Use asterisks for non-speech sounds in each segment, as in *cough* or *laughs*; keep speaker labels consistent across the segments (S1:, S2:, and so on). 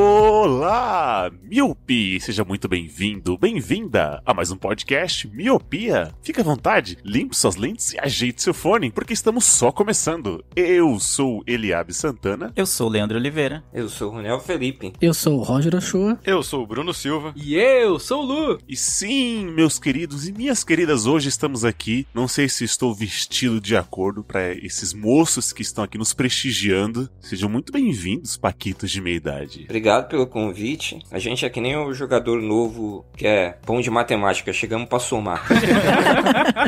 S1: Olá, Miopi! Seja muito bem-vindo, bem-vinda a mais um podcast Miopia. Fique à vontade, limpe suas lentes e ajeite seu fone, porque estamos só começando. Eu sou Eliabe Santana.
S2: Eu sou o Leandro Oliveira.
S3: Eu sou o Ronel Felipe.
S4: Eu sou o Roger Ochoa.
S5: Eu sou o Bruno Silva.
S6: E eu sou o Lu.
S1: E sim, meus queridos e minhas queridas, hoje estamos aqui. Não sei se estou vestido de acordo para esses moços que estão aqui nos prestigiando. Sejam muito bem-vindos, Paquitos de Meia Idade.
S3: Obrigado pelo convite. A gente é que nem o jogador novo que é bom de matemática. Chegamos pra somar.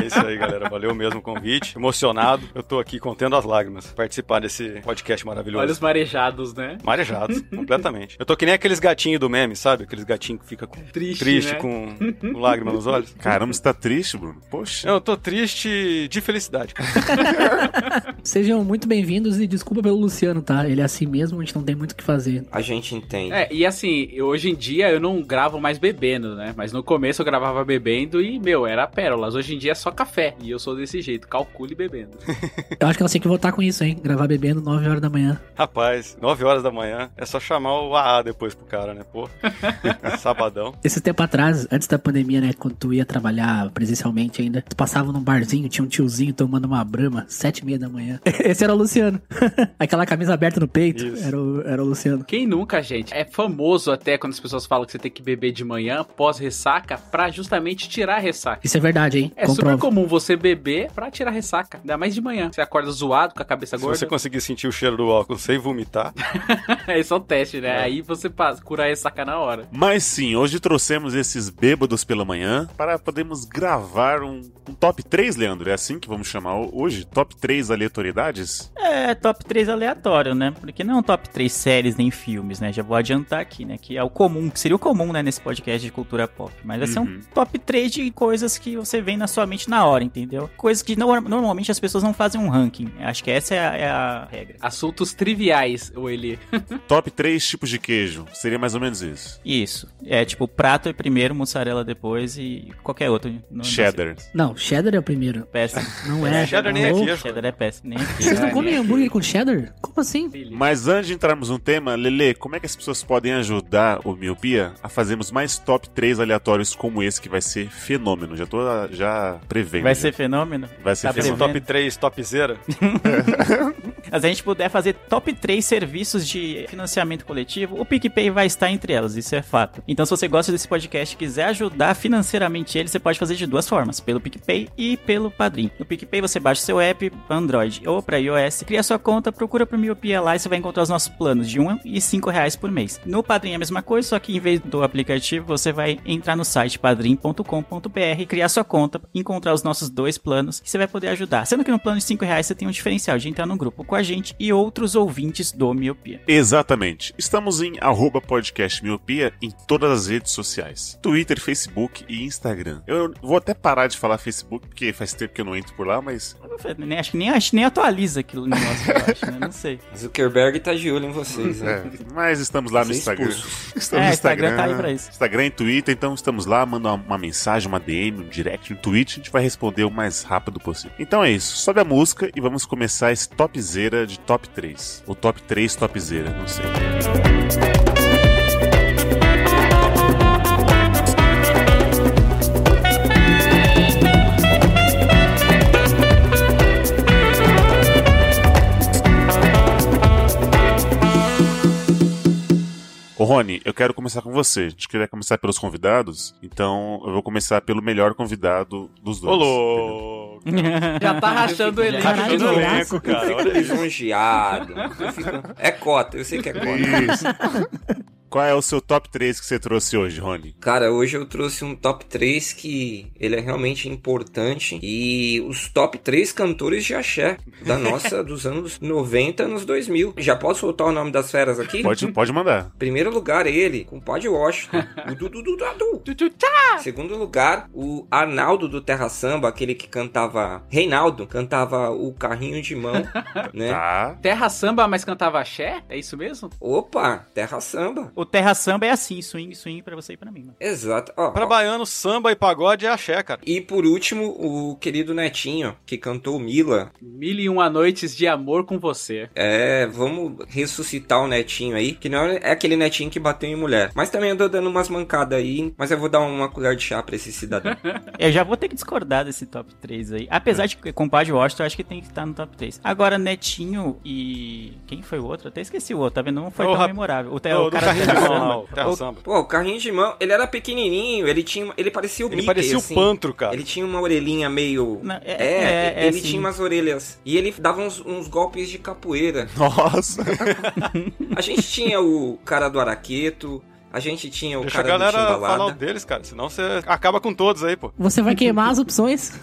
S5: É isso aí, galera. Valeu mesmo o convite. Emocionado. Eu tô aqui contendo as lágrimas. Participar desse podcast maravilhoso.
S6: Olhos marejados, né?
S5: Marejados, completamente. Eu tô que nem aqueles gatinhos do meme, sabe? Aqueles gatinhos que fica com-
S6: Triste,
S5: triste,
S6: né?
S5: com, com lágrima nos olhos.
S1: Caramba, você tá triste, Bruno? Poxa.
S5: Eu tô triste de felicidade.
S4: Sejam muito bem-vindos e desculpa pelo Luciano, tá? Ele é assim mesmo, a gente não tem muito o que fazer.
S3: A gente entende.
S6: É, e assim, eu- hoje em dia eu não gravo mais bebendo, né? Mas no começo eu gravava bebendo e, meu, era pérolas. Hoje em dia é só café. E eu sou desse jeito, calcule bebendo.
S4: Eu acho que nós temos que voltar com isso, hein? Gravar bebendo 9 horas da manhã.
S5: Rapaz, 9 horas da manhã. É só chamar o AA depois pro cara, né?
S6: *laughs*
S5: Pô. Sabadão.
S4: Esse tempo atrás, antes da pandemia, né? Quando tu ia trabalhar presencialmente ainda, tu passava num barzinho, tinha um tiozinho tomando uma brama, sete e meia da manhã. *laughs* Esse era o Luciano. *laughs* Aquela camisa aberta no peito,
S5: Isso.
S4: era o, era o Luciano.
S6: Quem nunca, gente? É famoso até quando as pessoas falam que você tem que beber de manhã, pós-ressaca, pra justamente tirar a ressaca.
S4: Isso é verdade, hein?
S6: É super comum você beber pra tirar a ressaca, ainda mais de manhã. Você acorda zoado, com a cabeça
S5: Se
S6: gorda.
S5: você conseguir sentir o cheiro do álcool sem vomitar,
S6: *laughs* Esse é o teste, né? Aí você passa, cura a ressaca na hora.
S1: Mas sim, hoje trouxemos esses bêbados pela manhã para podermos gravar um, um top 3, Leandro. É assim que vamos chamar ho- hoje? Top 3 aleatoriedades?
S2: É, top 3 aleatório, né? Porque não é um top 3 séries nem filmes, né? Já vou adiantar aqui, né? Que é o comum, que seria o comum, né? Nesse podcast de cultura pop. Mas vai ser
S1: Uhum.
S2: um top 3 de coisas que você vem na sua mente na hora, entendeu? Coisas que no- normalmente as pessoas não fazem um ranking. Acho que essa é a, é a regra.
S6: Assuntos triviais, o Eli.
S1: Top 3 tipos de queijo. Seria mais ou menos isso.
S2: Isso. É tipo, prato é primeiro, mussarela depois e qualquer outro. Não- não sei.
S1: Cheddar.
S4: Não, cheddar é o primeiro.
S2: Péssimo.
S4: Não é.
S6: Tá
S5: cheddar nem é
S4: Alô?
S5: queijo.
S2: Cheddar é péssimo. Nem aqui.
S4: Vocês não
S6: É,
S4: comem
S6: nem é
S4: hambúrguer
S6: queijo.
S4: com cheddar? Como assim?
S1: Mas antes de entrarmos no tema, Lele, como é que as pessoas podem ajudar o Miopia a fazermos mais top 3 aleatórios como esse, que vai ser fenômeno? Já tô ah, já prevendo.
S2: Vai
S1: já.
S2: ser fenômeno?
S1: Vai ser
S2: Tá
S5: esse
S2: prevendo.
S1: fenômeno.
S5: top 3, topzera,
S2: Mas a gente puder fazer top 3 serviços de financiamento coletivo, o PicPay vai estar entre elas, isso é fato. Então, se você gosta desse podcast e quiser ajudar financeiramente ele, você pode fazer de duas formas, pelo PicPay e pelo Padrim. No PicPay você baixa o seu app para Android ou para iOS, cria sua conta, procura pro Miopia lá e você vai encontrar os nossos planos de 1 e 5 reais por mês. No Padrim é a mesma coisa, só que em vez do aplicativo, você vai entrar no site padrim.com.br, criar sua conta, encontrar os nossos dois planos e você vai poder ajudar. Sendo que no plano de 5 reais você tem um diferencial de entrar num grupo com a gente e outros ouvintes do Miopia.
S1: Exatamente. Estamos em arroba podcast miopia em todas as redes sociais. Twitter, Facebook e Instagram. Eu vou até parar de falar Facebook, porque faz tempo que eu não entro por lá, mas
S2: Eu não sei, nem- Acho que nem, acho, que nem atualiza aquilo no nosso eu acho, né? Não
S6: *laughs*
S2: sei.
S3: Zuckerberg tá de olho em vocês, né? *laughs*
S1: É, mas estamos lá no
S3: Ser
S1: Instagram. *laughs* Estamos
S2: É, Instagram tá aí pra isso.
S1: Instagram e Twitter, então estamos lá, manda uma, uma mensagem, uma DM, um direct, um tweet, a gente vai responder o mais rápido possível. Então é isso, sobe a música e vamos começar esse topzera de top 3. Ou top 3 topzera, não sei. Ô Rony, eu quero começar com você. A gente queria começar pelos convidados, então eu vou começar pelo melhor convidado dos dois.
S5: Ô, louco.
S6: Já tá rachando o Eli.
S4: Caralho,
S5: Achou no
S4: do
S5: elenco, cara. Olha isso.
S3: Lisonjeado. Eu fico- É cota, eu sei que é cota.
S1: Isso. Qual é o seu top 3 que você trouxe hoje, Rony?
S3: Cara, hoje eu trouxe um top 3 que ele é realmente importante e os top 3 cantores de axé da nossa dos anos 90 nos 2000. Já posso soltar o nome das feras aqui?
S1: Pode, pode mandar.
S3: Primeiro lugar ele, com o
S2: *laughs*
S3: Pod Washington, o Dudu Dudu Dadu.
S2: Ah.
S3: Segundo lugar, o Arnaldo do Terra Samba, aquele que cantava Reinaldo, cantava o carrinho de
S2: *laughs*
S3: mão, né?
S1: *laughs* Tá.
S6: Terra samba, mas cantava axé? É isso mesmo?
S3: Opa, Terra Samba.
S2: O Terra Samba é assim, swing, swing pra você e pra mim, mano.
S3: Exato. Ó,
S5: Pra
S3: ó.
S5: baiano, samba e pagode é axé, cara.
S3: E por último, o querido Netinho, que cantou Mila,
S6: Mil e uma noites de amor com você.
S3: É, vamos ressuscitar o netinho aí, que não é aquele netinho que bateu em mulher. Mas também andou dando umas mancadas aí, mas eu vou dar uma colher de chá pra esse cidadão.
S2: Eu já vou ter que discordar desse top 3 aí. Apesar de que compadre Washington, eu acho que tem que estar no top 3. Agora, Netinho e. Quem foi o outro? Eu Até esqueci o outro, tá vendo? Não foi
S5: O
S2: tão
S5: rap-
S2: memorável. O, te-
S5: Ô,
S2: o
S5: do
S2: cara do
S5: carrinho de
S2: Terra
S5: mão,
S2: Samba.
S5: não, Terra
S2: O-
S5: Samba.
S3: Pô, o carrinho de mão, ele era pequenininho, ele tinha, ele parecia o
S5: Ele
S3: Mickey,
S5: parecia
S3: assim.
S5: o Pantro, cara.
S3: Ele tinha uma orelhinha meio...
S2: Não, é-
S3: é,
S2: é- é
S3: ele
S2: assim.
S3: tinha umas orelhas. E ele dava uns, uns golpes de capoeira.
S1: Nossa.
S3: A gente tinha o cara do araqueto, a gente tinha o
S5: Deixa a
S3: cara do
S5: galera falar um- o
S3: chimbalada.
S5: deles, cara. Senão você acaba com todos aí, pô.
S4: Você vai queimar as opções?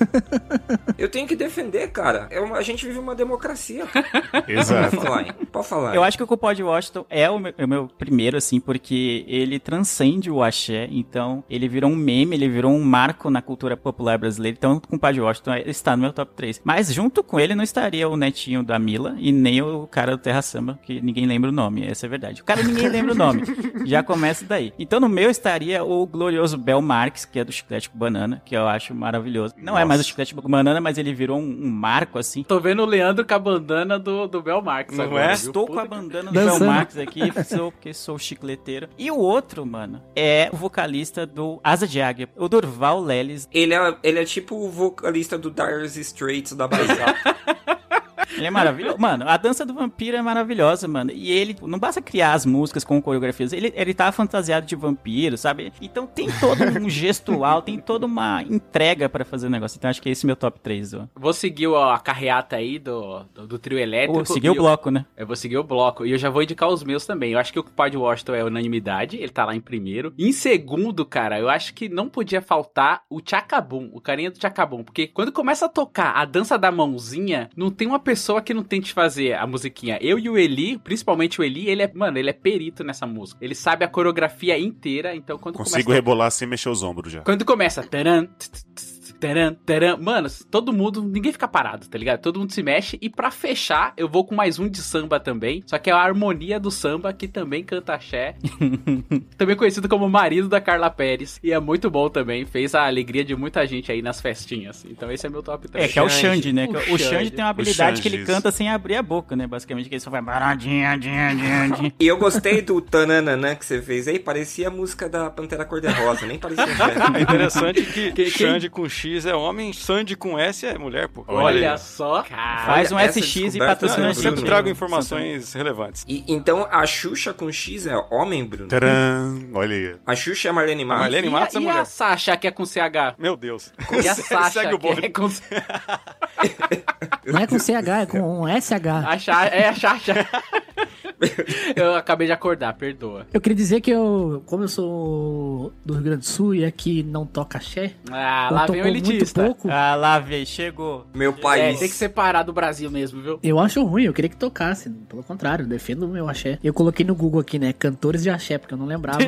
S3: Eu tenho que defender, cara. É uma- a gente vive uma democracia.
S5: *laughs*
S3: Pode
S1: Exato.
S3: falar, hein? Pode falar.
S2: Eu acho que o Cupod Washington é o meu, o meu primeiro, assim, porque ele transcende o axé, então ele virou um meme, ele virou um marco na cultura popular brasileira. Então o Cupod Washington é- está no meu top 3. Mas junto com ele não estaria o netinho da Mila e nem o cara do Terra Samba, que ninguém lembra o nome, essa é a verdade. O cara ninguém lembra o nome, já começa daí. Então no meu estaria o glorioso Bel Marx, que é do Chiclete com Banana, que eu acho maravilhoso. Não é mais o Chiclete com Banana, mas ele virou um, um marco, assim.
S6: Tô vendo o Leandro com a bandana do, do Bel Marx
S5: Não
S6: agora,
S5: é?
S6: viu?
S2: Estou com
S6: Puta
S2: a
S6: que-
S2: bandana do
S4: Dançando.
S2: Bel Marx aqui, sou, porque sou chicleteiro. E o outro, mano, é o vocalista do Asa de Águia, o Durval Lelis.
S3: Ele é, ele é tipo o vocalista do Dire Straits da Bahia.
S2: *laughs* Ele é maravilhoso. Mano, a dança do vampiro é maravilhosa, mano. E ele, não basta criar as músicas com coreografias, ele, ele tá fantasiado de vampiro, sabe? Então tem todo um gestual, tem toda uma entrega pra fazer o negócio. Então acho que esse é meu top 3, ó.
S6: Vou seguir a carreata aí do, do, do trio elétrico.
S2: Ou seguir o
S6: e eu-
S2: bloco, né?
S6: Eu vou seguir o bloco. E eu já vou indicar os meus também. Eu acho que o Cupad Washington é unanimidade. Ele tá lá em primeiro. Em segundo, cara, eu acho que não podia faltar o Chacabum. O carinha do Chacabum. Porque quando começa a tocar a dança da mãozinha, não tem uma pessoa que não tente fazer a musiquinha. Eu e o Eli, principalmente o Eli, ele é, mano, ele é perito nessa música. Ele sabe a coreografia inteira. Então quando
S1: Consigo
S6: começa a
S1: rebolar sem mexer os ombros já.
S6: quando começa. Taran, tss, tss, tss, taran, taran, mano, todo mundo. Ninguém fica parado, tá ligado? Todo mundo se mexe. E pra fechar, eu vou com mais um de samba também. Só que é a harmonia do samba, que também
S2: *laughs*
S6: canta axé. também conhecido como marido da Carla Pérez. E é muito bom também. Fez a alegria de muita gente aí nas festinhas. Então esse é meu top 3.
S2: É, que é o
S3: Xande.
S2: Xande, né? Que
S6: O
S2: O Xande
S6: Xande.
S2: tem uma habilidade
S1: Xande,
S2: que ele
S1: isso.
S2: canta sem abrir a boca, né? Basicamente, que ele só vai baradinha, dinha, dinha, dinha.
S3: E eu gostei do tananana que você fez aí, parecia a música da Pantera Cor-de-Rosa, nem
S5: *laughs*
S3: parecia
S2: Ah,
S5: É interessante
S2: *laughs*
S6: Quem-
S5: que
S6: quem-
S5: Xande com X é homem, Sandy com S é mulher, pô.
S1: Olha
S6: Olha
S5: aí.
S6: só. Cara.
S2: Faz um SX
S3: essa
S2: e
S3: descoberta
S5: Não,
S2: patrocina
S5: eu
S2: a
S3: Sandy
S5: sempre
S2: gente.
S3: Bruno.
S5: trago informações relevantes.
S3: E, então a Xuxa com X é homem, Bruno?
S1: Tcharam! Hum, Olha aí.
S3: A Xuxa é Marlene Matos.
S5: Marlene- Lenny
S6: e
S5: Matos é
S6: a, e
S5: mulher.
S6: a Sasha, que é com
S5: *laughs*
S6: CH?
S5: Meu Deus.
S6: E a Sasha,
S5: Segue o
S6: que é
S5: bonde.
S6: com...
S4: Não é com CH,
S5: *laughs*
S4: é com um SH.
S6: A Sha- É a Sasha. *laughs* eu acabei de acordar, perdoa.
S4: Eu queria dizer que eu, como eu sou do Rio Grande do Sul e aqui não toca axé,
S6: Ah,
S4: eu
S6: lá
S4: toco
S6: vem o
S4: muito
S6: elitista.
S4: pouco.
S2: Ah, lá vem, chegou.
S3: Meu
S6: É,
S3: país.
S6: tem que separar do Brasil mesmo, viu?
S4: Eu acho ruim, eu queria que tocasse. Pelo contrário, eu defendo o meu axé. Eu coloquei no Google aqui, né? Cantores de axé, porque eu não lembrava.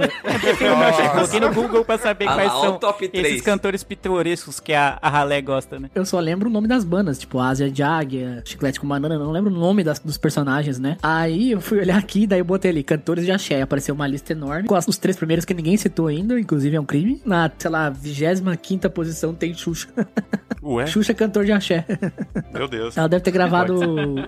S2: Eu Coloquei no Google pra saber
S3: *laughs* Ah,
S2: quais
S3: lá, ó,
S2: são
S3: o top
S2: esses
S3: 3.
S2: cantores pitorescos que a, a Ralé gosta, né?
S4: eu só lembro o nome das bandas, tipo Ásia de Águia, Chiclete com Banana, não lembro o nome das- dos personagens, né? Aí eu fui olhar aqui, daí eu botei ali cantores de axé. Apareceu uma lista enorme, com as- os três primeiros que ninguém citou ainda, inclusive é um crime. Na, sei lá, 25 posição tem Xuxa.
S1: Ué?
S4: *laughs* Xuxa é cantor de axé.
S2: é
S5: Meu Deus.
S4: Ela deve ter gravado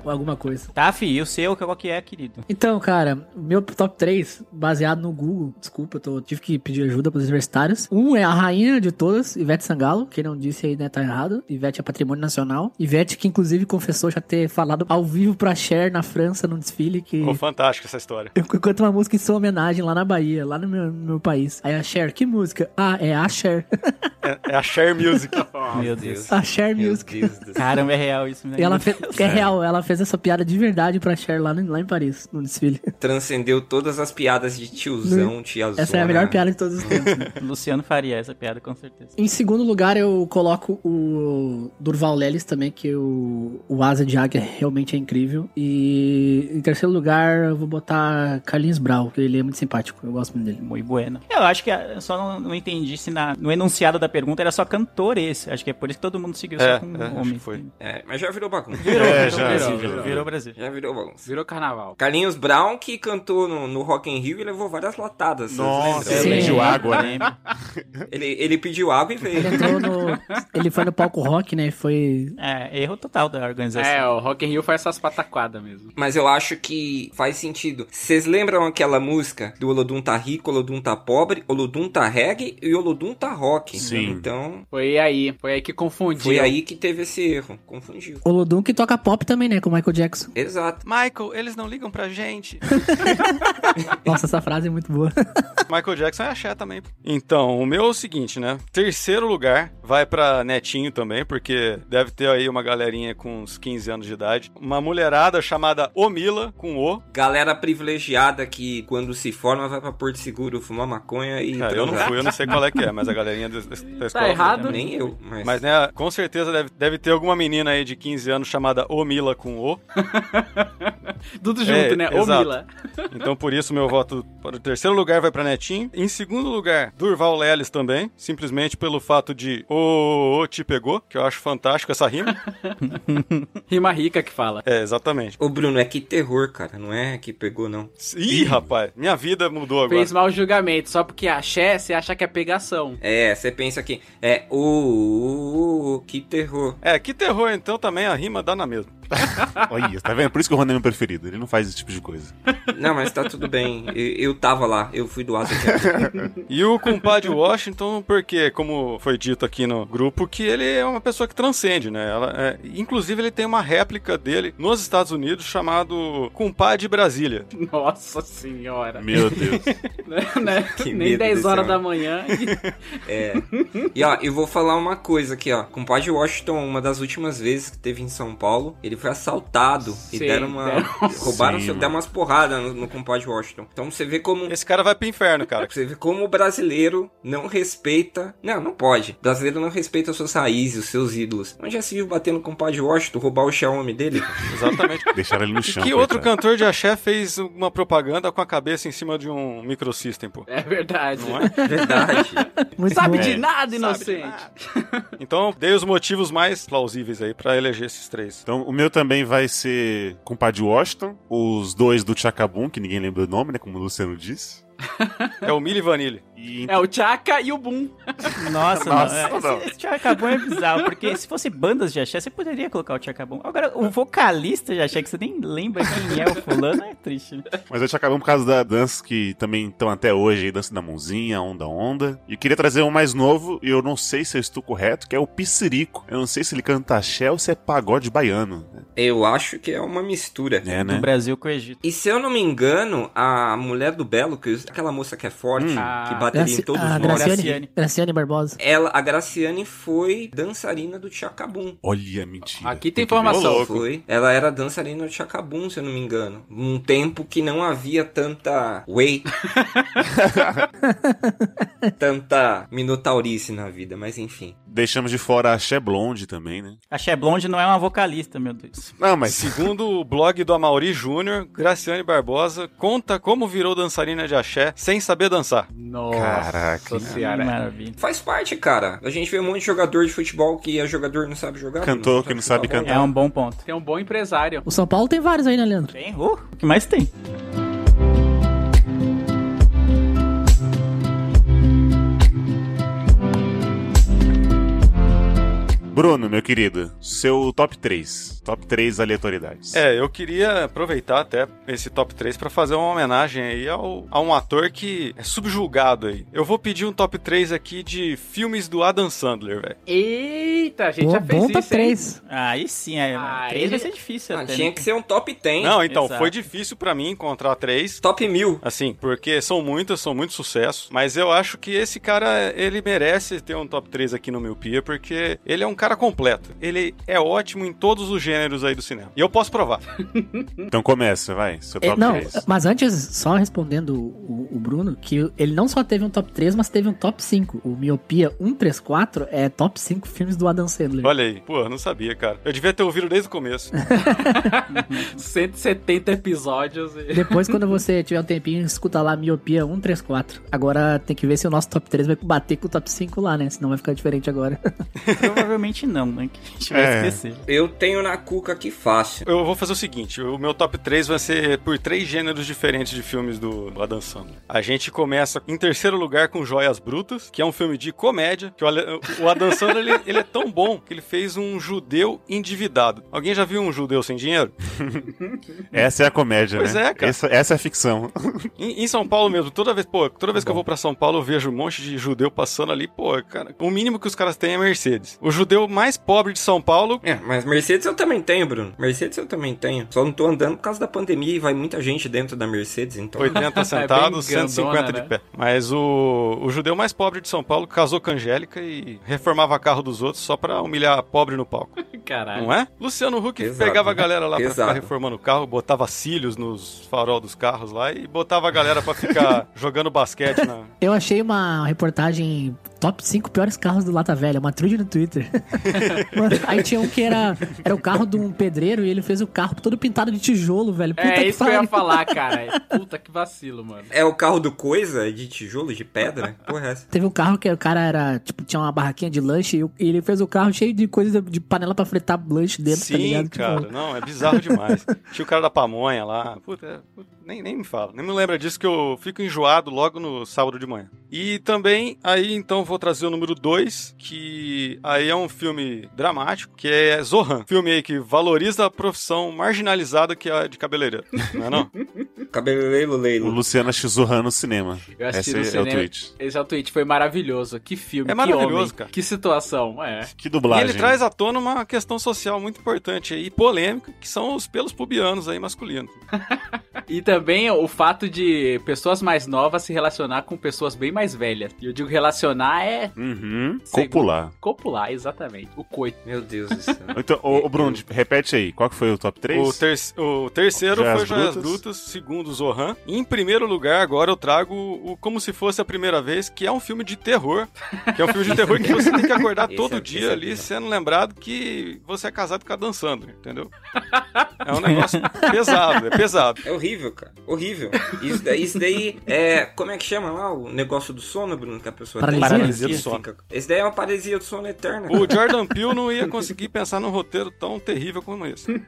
S4: alguma coisa.
S2: Tá, fi, e o seu, qual que é, querido?
S4: Então, cara, meu top 3, baseado no Google, desculpa, eu tô- tive que pedir ajuda pros universitários. Um é a rainha de todas, Ivete Sangalo. Quem não disse aí, né, tá errado. Ivete é patrimônio nacional. Ivete, que inclusive confessou já ter falado ao vivo pra Cher na França num desfile que
S5: fantástica essa história.
S4: Eu canto uma música em sua homenagem lá na Bahia, lá no meu, no meu país. Aí a Cher, que música? Ah, é a Cher.
S5: É, é a Share Music.
S2: Meu Deus.
S4: A Cher
S3: Meu
S4: Music.
S3: Deus do céu.
S2: Caramba, é real isso, né?
S4: E ela fez, é real, ela fez essa piada de verdade pra Cher lá, no- lá em Paris, no desfile.
S3: Transcendeu todas as piadas de tiozão, tiazona.
S4: Essa é a melhor piada de todos os tempos. né?
S2: Luciano faria essa piada, com certeza.
S4: em segundo lugar, eu coloco o Durval Lelis também, que o, o Asa de Águia realmente é incrível. E em terceiro lugar, eu vou botar Carlinhos Brau, que ele é muito simpático, eu gosto muito dele.
S2: Muito bueno. Eu acho que ah, eu só não, não entendi se na- no enunciado da pergunta era só cantor esse. Acho que é por isso *laughs* que todo mundo seguiu
S5: É,
S2: só com um
S5: é, acho
S2: homem.
S5: que foi.
S3: É, mas já virou bagunça.
S2: Virou,
S5: É,
S2: virou
S5: já,
S2: Brasil,
S5: virou.
S2: virou Brasil.
S3: *laughs* Já virou bagunça.
S6: Virou carnaval.
S3: Carlinhos Brown, que cantou no, no Rock in Rio e levou várias latadas. vocês
S1: Nossa,
S3: lembram?
S4: Sim.
S2: Ele
S4: pediu
S1: água,
S2: né?
S3: Ele, ele pediu água e
S4: Ele
S3: veio.
S4: entrou no. Ele foi no palco rock, né? Foi.
S2: É, erro total da organização.
S6: É, o Rock in Rio faz essas pataquadas mesmo.
S3: Mas eu acho que faz sentido. Vocês lembram aquela música do Olodum tá rico, Olodum tá pobre, Olodum tá reggae e Olodum tá rock?
S1: Sim.
S3: Então,
S6: Foi aí, foi aí que confundiu.
S3: foi aí que teve esse erro. Confundiu.
S4: O Ludum que toca pop também, né? Com o Michael Jackson.
S3: Exato.
S7: Michael, eles não ligam pra gente.
S4: Nossa, essa frase é muito boa.
S5: Michael Jackson é axé também. pô. Então, o meu é o seguinte, né? Terceiro lugar vai pra Netinho também, porque deve ter aí uma galerinha com uns 15 anos de idade. Uma mulherada chamada Omila, com O.
S3: Galera privilegiada que quando se forma vai pra Porto Seguro fumar maconha e.
S5: Cara, eu não
S3: transar.
S5: fui, eu não sei qual é que é, mas a galerinha da, da escola...
S6: Tá errado.
S3: Nem eu, mas.
S5: Mas, né, com certeza deve, deve ter alguma menina aí de 15 anos chamada Omila com O.
S6: Tudo junto,
S5: É,
S6: né? Ô
S5: exato.
S6: Mila.
S5: Então, por isso, meu voto para o terceiro lugar vai para Netinho. Em segundo lugar, Durval Lelis também, simplesmente pelo fato de O te pegou, que eu acho fantástico essa rima.
S6: Rima rica que fala.
S5: É, exatamente.
S3: Ô, Bruno, é que terror, cara. Não é que pegou, não.
S5: Ih, rapaz, minha vida mudou agora.
S6: Fez mau julgamento, só porque axé, você acha que é pegação. *laughs*
S3: É, você pensa aqui. É. Ô, ô, ô, ô, que terror.
S5: É, que terror, então também a rima dá na mesma.
S1: Olha, tá vendo? Por isso que o Rony é meu preferido. Ele não faz esse tipo de coisa.
S3: Não, mas tá tudo bem. *laughs* Eu, eu tava lá, eu fui do Asa de Águia.
S5: E o *laughs* compadre Washington, porque, como foi dito aqui no grupo, que ele é uma pessoa que transcende, né? Ela é- Inclusive, ele tem uma réplica dele nos Estados Unidos chamado Compadre Brasília.
S6: Nossa senhora.
S1: Meu Deus.
S6: *laughs* Né?
S3: Que
S6: Nem 10
S3: medo desse
S6: horas
S3: homem.
S6: da manhã.
S3: É. E ó, eu vou falar uma coisa aqui, ó. Compadre Washington, uma das últimas vezes que teve em São Paulo, ele foi assaltado e
S6: Sim,
S3: deram uma.
S6: deram-
S3: Roubaram,
S1: Sim,
S3: seu-
S1: mano.
S3: deram umas porradas no, no compadre Washington. Então você vê como.
S5: Esse cara vai pro inferno, cara.
S3: Você vê como o brasileiro não respeita. Não, não pode. O brasileiro não respeita as suas raízes, os seus ídolos. Onde já se viu batendo com o compadre Washington, roubar o Xiaomi dele?
S5: *laughs*
S3: *laughs*
S5: Exatamente.
S1: Deixaram ele no
S5: E
S1: chão.
S5: que outro
S1: coitado.
S5: cantor de axé fez uma propaganda com a cabeça em cima de um microsystem, pô?
S6: *laughs* É verdade.
S5: Não é?
S3: Verdade.
S4: Muito
S6: Sabe
S4: boa.
S6: de nada,
S5: Sabe de
S6: inocente.
S5: nada. Então, dei os motivos mais plausíveis aí pra eleger esses três.
S1: Então, o meu também vai ser Compadre Washington, os dois do Chacabum, que ninguém lembra o nome, né? Como o Luciano disse.
S5: É o Milli Vanille.
S1: E então, tá
S6: É o Tchaka e o Boom.
S2: Nossa,
S1: Nossa,
S2: não.
S1: não.
S2: Esse, esse Tchacabum é bizarro, porque se fosse bandas de axé, você poderia colocar o Tchacabum. Agora, o vocalista de axé, que você nem lembra quem é o fulano, é triste. né?
S1: Mas eu te acabamos por causa da dança que também estão até hoje aí, dança da mãozinha, onda onda. E eu queria trazer um mais novo, e eu não sei se eu estou correto, que é o Piscirico. Eu não sei se ele canta axé ou se é pagode baiano.
S3: Eu acho que é uma mistura.
S1: É,
S2: Do
S1: né?
S2: Brasil com o Egito.
S3: E se eu não me engano, a mulher do Belo, que aquela moça que é forte,
S1: Hum.
S3: que
S6: Ah,
S3: bateria em
S4: Graci-
S3: todos
S4: a
S3: nós,
S4: Graciane,
S2: Graciane.
S4: Graciane Barbosa.
S3: ela, a Graciane foi dançarina do Chacabum.
S1: Olha, mentira.
S6: Aqui tem
S1: que ver.
S6: informação.
S1: Ô, louco.
S3: Foi. Ela era dançarina do Chacabum, se eu não me engano. Num tempo que não havia tanta
S1: *laughs*
S3: way. tanta minotaurice na vida, mas enfim.
S1: Deixamos de fora a axé blonde também, né?
S2: Axé Blonde não é uma vocalista, meu Deus.
S1: Não,
S5: Mas segundo o blog do Amaury Júnior, Graciane Barbosa conta como virou dançarina de axé sem saber dançar.
S6: Nossa
S1: Caraca.
S4: né?
S2: Que
S6: senhora.
S2: maravilha.
S3: Faz parte, cara. A gente vê um monte de jogador de futebol que é jogador e não sabe jogar.
S1: Cantor que não sabe
S3: chutar a bola.
S2: É um bom ponto.
S6: Tem um bom empresário.
S4: O São Paulo tem vários aí, né, Leandro?
S2: Tem? Uh, o que mais tem?
S6: um
S1: Bruno, meu querido, seu top 3. Top 3 aleatoriedades.
S5: É, eu queria aproveitar até esse top 3 pra fazer uma homenagem aí ao, a um ator que é subjulgado aí. Eu vou pedir um top 3 aqui de filmes do Adam Sandler, velho.
S6: Eita, a gente
S8: Boa,
S6: já fez
S8: bom
S6: isso,
S8: top
S6: hein?
S8: 3.
S2: Aí sim, é.
S6: Ah,
S2: três vai
S6: ele-
S2: ser difícil
S3: Ah,
S2: até.
S3: tinha
S2: né?
S3: que ser um top 10.
S5: Não, então,
S2: Exato.
S5: foi difícil pra mim encontrar três.
S3: Top 1000.
S5: Assim, porque são muitas, são muitos sucessos, mas eu acho que esse cara, ele merece ter um top 3 aqui no Miopia, porque ele é um cara completo. Ele é ótimo em todos os gêneros aí do cinema. E eu posso provar.
S1: Então começa, vai. Seu
S4: É,
S1: top
S4: não,
S1: 3.
S4: mas antes, só respondendo o, o Bruno, que ele não só teve um top 3, mas teve um top 5. O Miopia 134 é top 5 filmes do Adam Sandler.
S5: Olha aí. Pô, eu não sabia, cara. Eu devia ter ouvido desde o começo.
S6: 170 episódios.
S4: *laughs*
S6: e-
S4: Depois, quando você tiver um tempinho, escuta lá Miopia 134. Agora tem que ver se o nosso top 3 vai bater com o top 5 lá, né? Senão vai ficar diferente agora. *laughs*
S2: Provavelmente não, né? Que a gente vai
S1: É.
S2: esquecer.
S3: Eu tenho na cuca aqui fácil.
S5: Eu vou fazer o seguinte: o meu top 3 vai ser por três gêneros diferentes de filmes do do Adam Sandler. A gente começa em terceiro lugar com Joias Brutas, que é um filme de comédia. Que o Ale- o Adam Sandler ele, ele é tão bom que ele fez um judeu endividado. Alguém já viu um judeu sem dinheiro?
S1: Essa é a comédia,
S5: Pois
S1: né?
S5: é, cara.
S1: Essa, essa é a ficção.
S5: Em, em São Paulo mesmo, toda vez, pô,
S6: Tá
S5: toda vez que eu vou pra São Paulo, eu vejo um monte de judeu passando ali, pô, cara, o mínimo que os caras têm é Mercedes. O judeu mais pobre de São Paulo
S6: *laughs*
S3: É, mas Mercedes eu também tenho, Bruno. Mercedes eu também tenho. Só não tô andando por causa da pandemia e vai muita gente dentro da Mercedes, então.
S5: 80
S6: É bem
S5: sentados,
S6: grandona,
S5: 150 de
S6: né?
S5: pé. Mas o, o judeu mais pobre de São Paulo casou com a Angélica e reformava carro dos outros só pra humilhar a pobre no palco,
S6: Caralho.
S5: não é? Luciano Huck
S3: Pesado,
S5: pegava a
S3: né?
S5: galera lá pra ficar
S3: Pesado.
S5: reformando o carro, botava cílios nos farol dos carros lá e botava a galera
S6: *laughs*
S5: pra ficar jogando basquete na...
S4: Eu achei uma reportagem top 5 piores carros do Lata Velha, uma trilha no Twitter. Mano, aí tinha um que era, era o carro de um pedreiro e ele fez o carro todo pintado de tijolo, velho. Puta
S6: É
S4: que
S6: isso que eu ia
S4: pariu.
S6: falar, cara. É, Puta que vacilo, mano.
S3: É o carro do coisa, de tijolo, de pedra? Porra, é
S4: *laughs*
S3: essa.
S4: Teve um carro que o cara era, tipo, tinha uma barraquinha de lanche e o- e ele fez o carro cheio de coisa de panela pra fritar lanche dentro, tá
S5: Sim,
S4: ligado? Tipo,
S5: cara, não, é bizarro
S4: *laughs*
S5: demais. Tinha o cara da pamonha lá, puta, é, puta, nem, nem me fala, nem me lembra disso que eu fico enjoado logo no sábado de manhã. E também, aí então vou trazer o número 2, que aí é um filme dramático, que é Zohan. Filme aí que valoriza a profissão marginalizada que é a de cabeleireiro, não é não?
S3: Cabeleiro
S1: O
S3: leilo.
S1: Luciano Chizurran no cinema.
S6: Eu assisti
S1: Esse
S6: no
S1: é
S6: cinema.
S1: o tweet.
S6: Esse é o tweet, foi maravilhoso. Que filme,
S5: É
S6: que homem,
S5: maravilhoso, cara.
S6: que situação. É.
S1: Que
S5: E
S1: dublagem.
S5: ele traz à tona uma questão social muito importante aí, e polêmica, que são os pelos pubianos aí masculinos.
S6: E também o fato de pessoas mais novas se relacionar com pessoas bem mais velhas. E eu digo relacionar é
S1: Uhum.
S6: Segundo.
S1: Copular.
S6: copular, exatamente. O coito.
S3: Meu Deus do céu.
S1: Então, ô, ô, Bruno, repete aí. Qual que foi o top 3?
S5: O, ter- o terceiro
S1: Joias
S5: foi Joias
S1: Brutas.
S5: Brutas, segundo Zohan. E em primeiro lugar, agora eu trago o Como Se Fosse a Primeira Vez, que é um filme de terror. Que é um filme
S1: *laughs*
S5: de terror que você tem que acordar
S3: Esse
S5: todo
S3: é- esse
S5: dia
S3: é
S5: ali,
S3: bizarro.
S5: sendo lembrado que você é casado com a dançando, entendeu? É um negócio *laughs* pesado, é pesado.
S3: É horrível, cara. Horrível. Isso daí, isso daí é. Como é que chama lá? O negócio do sono, Bruno, que a pessoa tem?
S4: Paralisia?
S5: Paralisia do sono.
S3: Fica- Esse daí é uma paralisia do sono eterna. cara.
S5: O Jordan Peele não ia conseguir pensar num roteiro tão terrível como esse.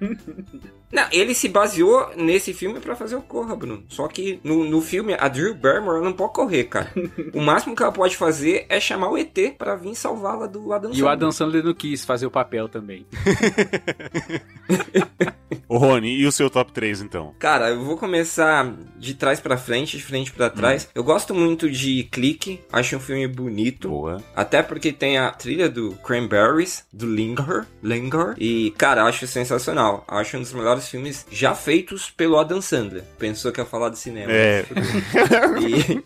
S3: Não, ele se baseou nesse filme pra fazer o Corra, Bruno. Só que no, no filme, a Drew Barrymore ela não pode correr,
S6: *laughs*
S3: cara. o máximo que ela pode fazer é chamar o ET pra vir salvá-la do Adam
S6: E o
S3: Sandler.
S6: Adam Sandler não quis fazer o papel também. *laughs*
S1: Ô, Rony, e o seu top 3, então?
S3: Cara, eu vou começar de trás pra frente, de frente
S6: Hum.
S3: pra trás. Eu gosto muito de Clique, acho um filme bonito.
S1: Boa.
S3: Até porque tem a trilha do Cranberries, do Linger, Linger. E, cara, acho sensacional. Acho um dos melhores filmes já feitos pelo Adam Sandler. Pensou que ia falar de cinema. né?
S1: É.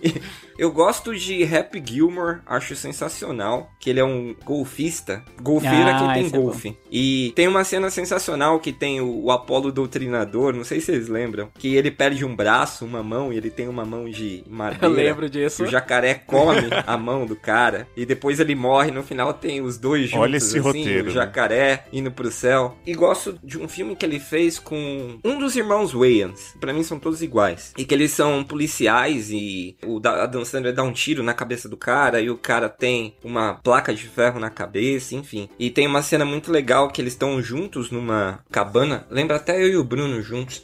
S3: E- eu gosto de Happy Gilmore, acho sensacional, que ele é um golfista, golfeira
S2: Ah,
S3: que tem
S2: esse é bom.
S3: golfe. e tem uma cena sensacional que tem o, o Apolo Doutrinador, não sei se vocês lembram, que ele perde um braço, uma mão, e ele tem uma mão de madeira.
S6: Eu lembro
S3: que
S6: disso.
S3: O jacaré
S1: *laughs*
S3: come a mão do cara e depois ele morre. No final tem os dois juntos.
S1: Olha esse
S3: assim,
S1: roteiro,
S3: O
S1: né?
S3: jacaré indo pro céu. E gosto de um filme que ele fez com um dos irmãos Wayans. Pra mim são todos iguais. E que eles são policiais e o da- Adam você dá um tiro na cabeça do cara e o cara tem uma placa de ferro na cabeça, enfim. E tem uma cena muito legal que eles estão juntos numa cabana. Lembra até eu e o Bruno juntos.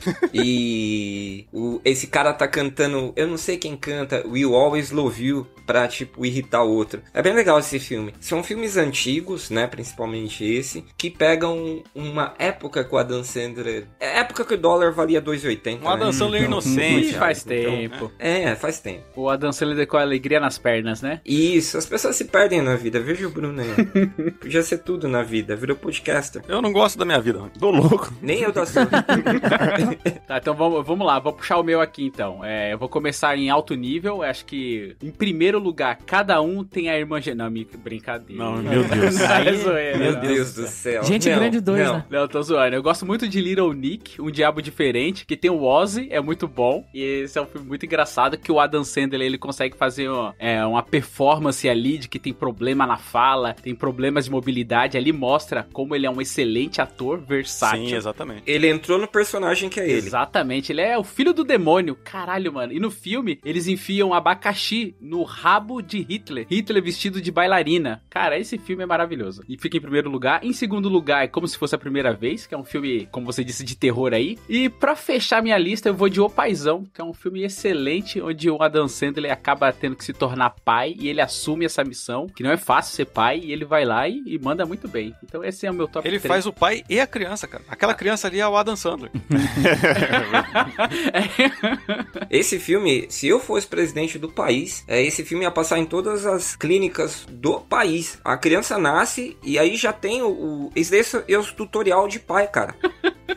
S3: e o, esse cara tá cantando, eu não sei quem canta, Will Always Love You, pra, tipo, irritar o outro. É bem legal esse filme. São filmes antigos, né, principalmente esse, que pegam uma época com a Dan Sandler... É época que o dólar valia 2,80,
S5: Um Adam
S3: né?
S5: Sandler
S6: Ih,
S5: inocente. Então,
S6: faz
S1: então, né?
S6: tempo.
S3: É, faz tempo.
S6: O Adam Sandler com a alegria nas pernas, né?
S3: Isso, as pessoas se perdem na vida. Veja o Bruno
S4: *laughs*
S3: aí. Podia ser tudo na vida, virou podcaster.
S5: é. Eu não gosto da minha vida, Rony.
S1: Tô louco.
S3: Nem eu
S4: *laughs*
S3: da sua.
S6: Tá, então vamos, vamos lá, vou puxar o meu aqui então. É, eu vou começar em alto nível. Acho que, em primeiro lugar, cada um tem a irmã gêmea. Não, me- brincadeira.
S1: Não, meu Deus.
S6: Aí é zoeira,
S2: Meu
S6: *laughs* não.
S3: Meu Deus do céu.
S4: Gente
S3: Não,
S4: grande dois,
S3: não.
S4: né?
S6: Não, tô zoando. Eu gosto muito de Little Nick, Um Diabo Diferente, que tem o Ozzy, é muito bom. E esse é um filme muito engraçado que o Adam Sandler, ele consegue fazer ó, é, uma performance ali de que tem problema na fala, tem problemas de mobilidade. Ali mostra como ele é um excelente ator versátil.
S5: Sim, exatamente.
S3: Ele entrou no personagem que é ele.
S6: Exatamente, ele é o filho do demônio. Caralho, mano. E no filme, eles enfiam abacaxi no rabo de Hitler. Hitler vestido de bailarina. Cara, esse filme é maravilhoso. E fica em primeiro lugar. Em segundo lugar, é como se fosse a primeira vez, que é um filme, como você disse, de terror aí. E pra fechar minha lista, eu vou de O Paizão, que é um filme excelente, onde o Adam Sandler acaba tendo que se tornar pai e ele assume essa missão, que não é fácil ser pai, e ele vai lá e, e manda muito bem. Então esse é o meu top
S5: Ele
S6: três. *laughs*
S5: faz o pai e a criança, cara. Aquela criança ali é o Adam Sandler. *laughs*
S6: É,
S3: Esse filme, se eu fosse presidente do país, é, esse filme ia passar em todas as clínicas do país. A criança nasce e aí já tem o. o esse é o tutorial de pai,
S2: *laughs*
S3: cara.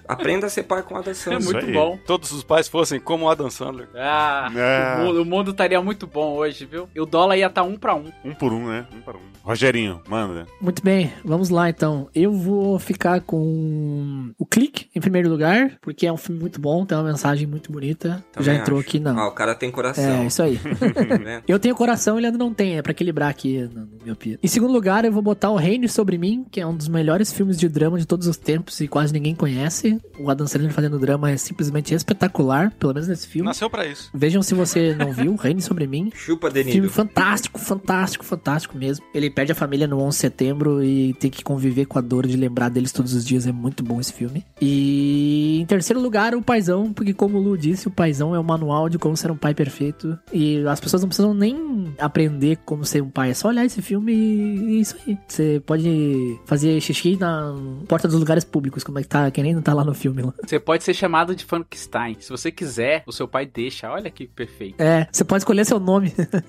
S3: Aprenda a ser pai com a Adam
S6: É
S3: Sandler.
S1: Isso
S6: muito
S1: aí.
S6: bom.
S5: Todos os pais fossem como o Adam Sandler.
S6: Ah,
S1: Ah.
S6: O, mundo, o mundo estaria muito bom hoje, viu? E o dólar ia estar um pra um.
S1: Um por um, né? Um para um. Rogerinho, manda.
S4: Muito bem, vamos lá então. Eu vou ficar com o Clique em primeiro lugar, porque é um filme muito bom, tem uma mensagem muito bonita.
S3: Também
S4: Já entrou
S3: acho.
S4: aqui, não.
S3: Ah, o cara tem
S4: É,
S3: coração.
S4: isso aí.
S3: *laughs* né?
S4: Eu tenho coração, ele ainda não tem, é pra equilibrar aqui no, no meu pia. Em segundo lugar, eu vou botar O Reino Sobre Mim, que é um dos melhores filmes de drama de todos os tempos e quase ninguém conhece. O Adam Sandler fazendo drama é simplesmente espetacular, pelo menos nesse filme.
S5: Nasceu pra isso.
S4: Vejam se você não viu, Reine Sobre Mim.
S3: Chupa,
S4: Filme
S3: Denildo.
S4: fantástico, fantástico, fantástico mesmo. Ele perde a família no 11 de setembro e tem que conviver com a dor de lembrar deles todos os dias. É muito bom esse filme. E em terceiro lugar, o Paizão, porque como o Lu disse, o Paizão é o manual de como ser um pai perfeito. E as pessoas não precisam nem aprender como ser um pai. É só olhar esse filme e é isso aí. Você pode fazer xixi na porta dos lugares públicos, como é que tá, que nem não tá lá no filme lá.
S6: Você pode ser chamado de Frankenstein. Se você quiser, o seu pai deixa. Olha que perfeito. *laughs*
S4: É, você pode escolher seu nome. *laughs*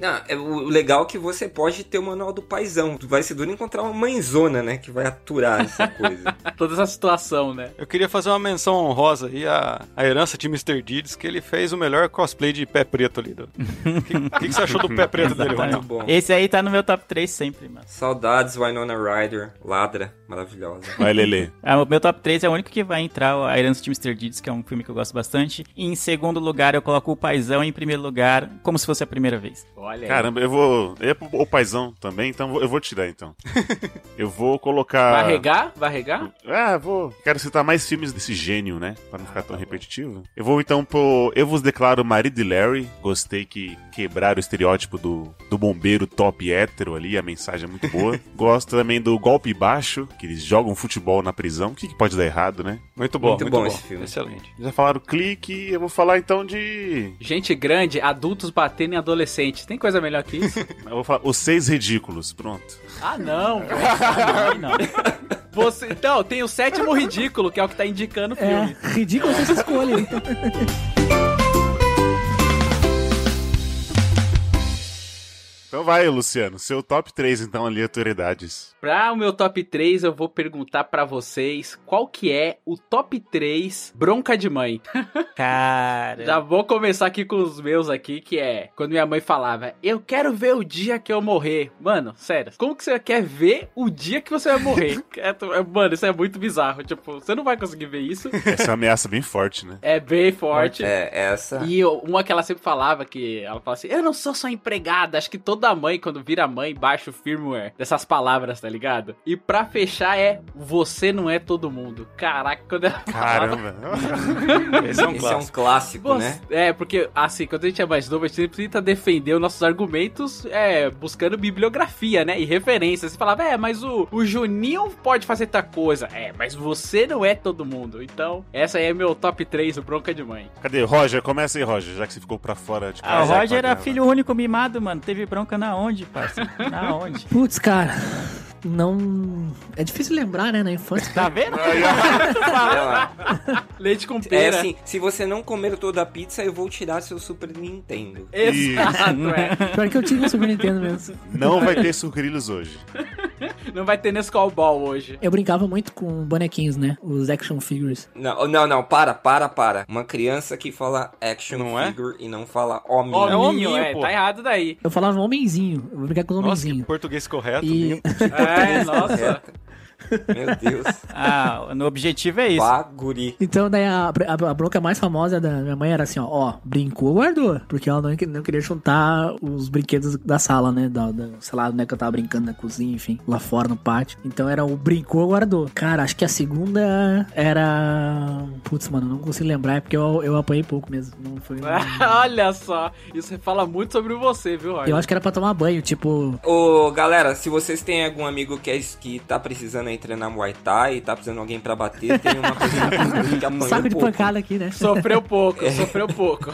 S3: Não, é, o legal é que você pode ter o manual do paizão. Vai ser duro encontrar uma mãezona, né? Que vai aturar essa
S2: *laughs*
S3: coisa.
S6: Toda essa situação, né?
S5: Eu queria fazer uma menção honrosa aí à, à herança de Mr. Deeds, que ele fez o melhor cosplay de pé preto ali. O que, que você achou do pé preto dele,
S3: Muito
S5: Rony?
S2: Exatamente.
S3: bom.
S2: Esse aí tá no meu top 3 sempre, mano.
S3: Saudades, Winona Ryder. Ladra. Maravilhosa.
S1: Vai, Lele.
S2: Ah, o meu top 3 é o único que vai entrar o A Herança de Mr. Deeds, que é um filme que eu gosto bastante. E em segundo lugar, eu coloco o Paizão. E em primeiro lugar, como se fosse a primeira vez.
S6: Olha aí.
S1: Caramba, eu vou. Eu ia pro o paizão também, então eu vou tirar então. Eu vou colocar.
S6: Vai regar? Vai regar?
S1: Ah, vou. Quero citar mais filmes desse gênio, né? Pra não ficar tão repetitivo. Eu vou então pro. Eu vos declaro marido de Larry. Gostei que quebraram o estereótipo do, do bombeiro top hétero ali. A mensagem é muito boa. Gosto também do golpe baixo, que eles jogam futebol na prisão. O que, que pode dar errado, né?
S5: Muito bom,
S3: Muito
S5: muito,
S3: bom
S5: bom,
S3: esse filme.
S5: Excelente.
S1: Já falaram clique, eu vou falar então de.
S6: Gente grande, adultos batendo em adolescente. Tem coisa melhor que isso?
S1: Eu vou falar Os Seis Ridículos. Pronto.
S6: ah, não. velho.
S2: Aí não.
S6: Você... Então, tem o sétimo ridículo, que é o que tá indicando o
S4: É,
S6: filme.
S4: ridículo essa escolha. hein?
S1: Então vai, Luciano. Seu top 3, então, aleatoriedades.
S6: Pra o meu top 3, eu vou perguntar pra vocês qual que é o top 3 bronca de mãe. *laughs*
S2: Cara.
S6: Já vou começar aqui com os meus aqui, que é quando minha mãe falava, eu quero ver o dia que eu morrer. Mano, sério, como que você quer ver o dia que você vai morrer? É, tu- é, Mano, isso é muito bizarro. Tipo, você não vai conseguir ver isso.
S1: Essa é uma ameaça bem forte,
S6: *laughs*
S1: né?
S6: É bem forte.
S3: É, essa.
S6: E eu- uma que ela sempre falava, que ela falava assim, eu não sou só empregada, acho que todo da mãe, quando vira mãe, baixa o firmware dessas palavras, tá ligado? E pra fechar é Você não é todo mundo. Caraca, quando ela falava.
S1: Caramba.
S5: Esse
S3: Esse é
S5: é um
S3: um
S5: clássico.
S3: clássico,
S6: Você-
S3: né?
S6: *laughs* É, porque assim, quando a gente é mais novo, a gente sempre tenta defender os nossos argumentos é, buscando bibliografia, né? E referências. Você falava, é, mas o, o Juninho pode fazer tal coisa. É, mas você não é todo mundo. Então, essa aí é meu top 3 do Bronca de Mãe.
S1: *laughs* Cadê? Roger, começa aí, Roger, já que você ficou pra fora de
S2: Ah, o
S1: casa.
S2: Roger era
S1: Pagava.
S2: filho único mimado, mano. Teve bronca na onde, parceiro? Na onde?
S4: Putz, cara. Não. É difícil lembrar, né? Na infância.
S2: Tá vendo?
S3: Ela-
S6: Leite com
S3: é
S6: pera.
S3: assim, se você não comer toda a pizza, eu vou tirar seu Super Nintendo.
S6: *laughs* Exato, é.
S4: Pior que eu tive um Super Nintendo mesmo.
S1: Não vai ter sucrilhos hoje.
S6: Não vai ter Nescau Ball hoje.
S4: Eu brincava muito com bonequinhos, né? Os action figures.
S3: Não, oh, não, não, para, para, para. Uma criança que fala action
S5: Não é?
S3: figure e não fala homem.
S2: um
S6: Ó,
S5: É hominho,
S6: é,
S5: pô.
S6: tá errado
S2: *laughs*
S6: daí.
S4: Eu falava um homenzinho. Eu brincava com os
S5: Nossa, que
S4: homenzinhos.
S5: português correto.
S4: E
S5: lindo.
S2: Tá
S6: É, nossa.
S3: Meu Deus.
S2: Ah, o objetivo é isso.
S3: Baguri.
S4: então daí a, a, a bronca mais famosa da minha mãe era assim, ó, ó, brincou, guardou. Porque ela não, não queria juntar os brinquedos da sala, né? Da, da- sei lá, né, que eu tava brincando na cozinha, enfim, lá fora no pátio. Então era o brincou, guardou. Cara, acho que a segunda era. Putz, mano, não consigo lembrar, é porque eu, eu apanhei pouco mesmo. Não
S3: *laughs*
S4: foi.
S6: *laughs* Olha só, isso fala muito sobre você, viu, Roger?
S4: Eu acho que era pra tomar banho, tipo,
S3: Ô, galera, se vocês têm algum amigo que, é, que tá precisando aí treinar Muay Thai, tá precisando de alguém pra bater, tem uma coisa que apanhou
S4: um
S3: um
S4: saco de
S3: pouco.
S4: pancada aqui, né?
S2: *laughs*
S6: Sofreu pouco, *laughs* sofreu pouco.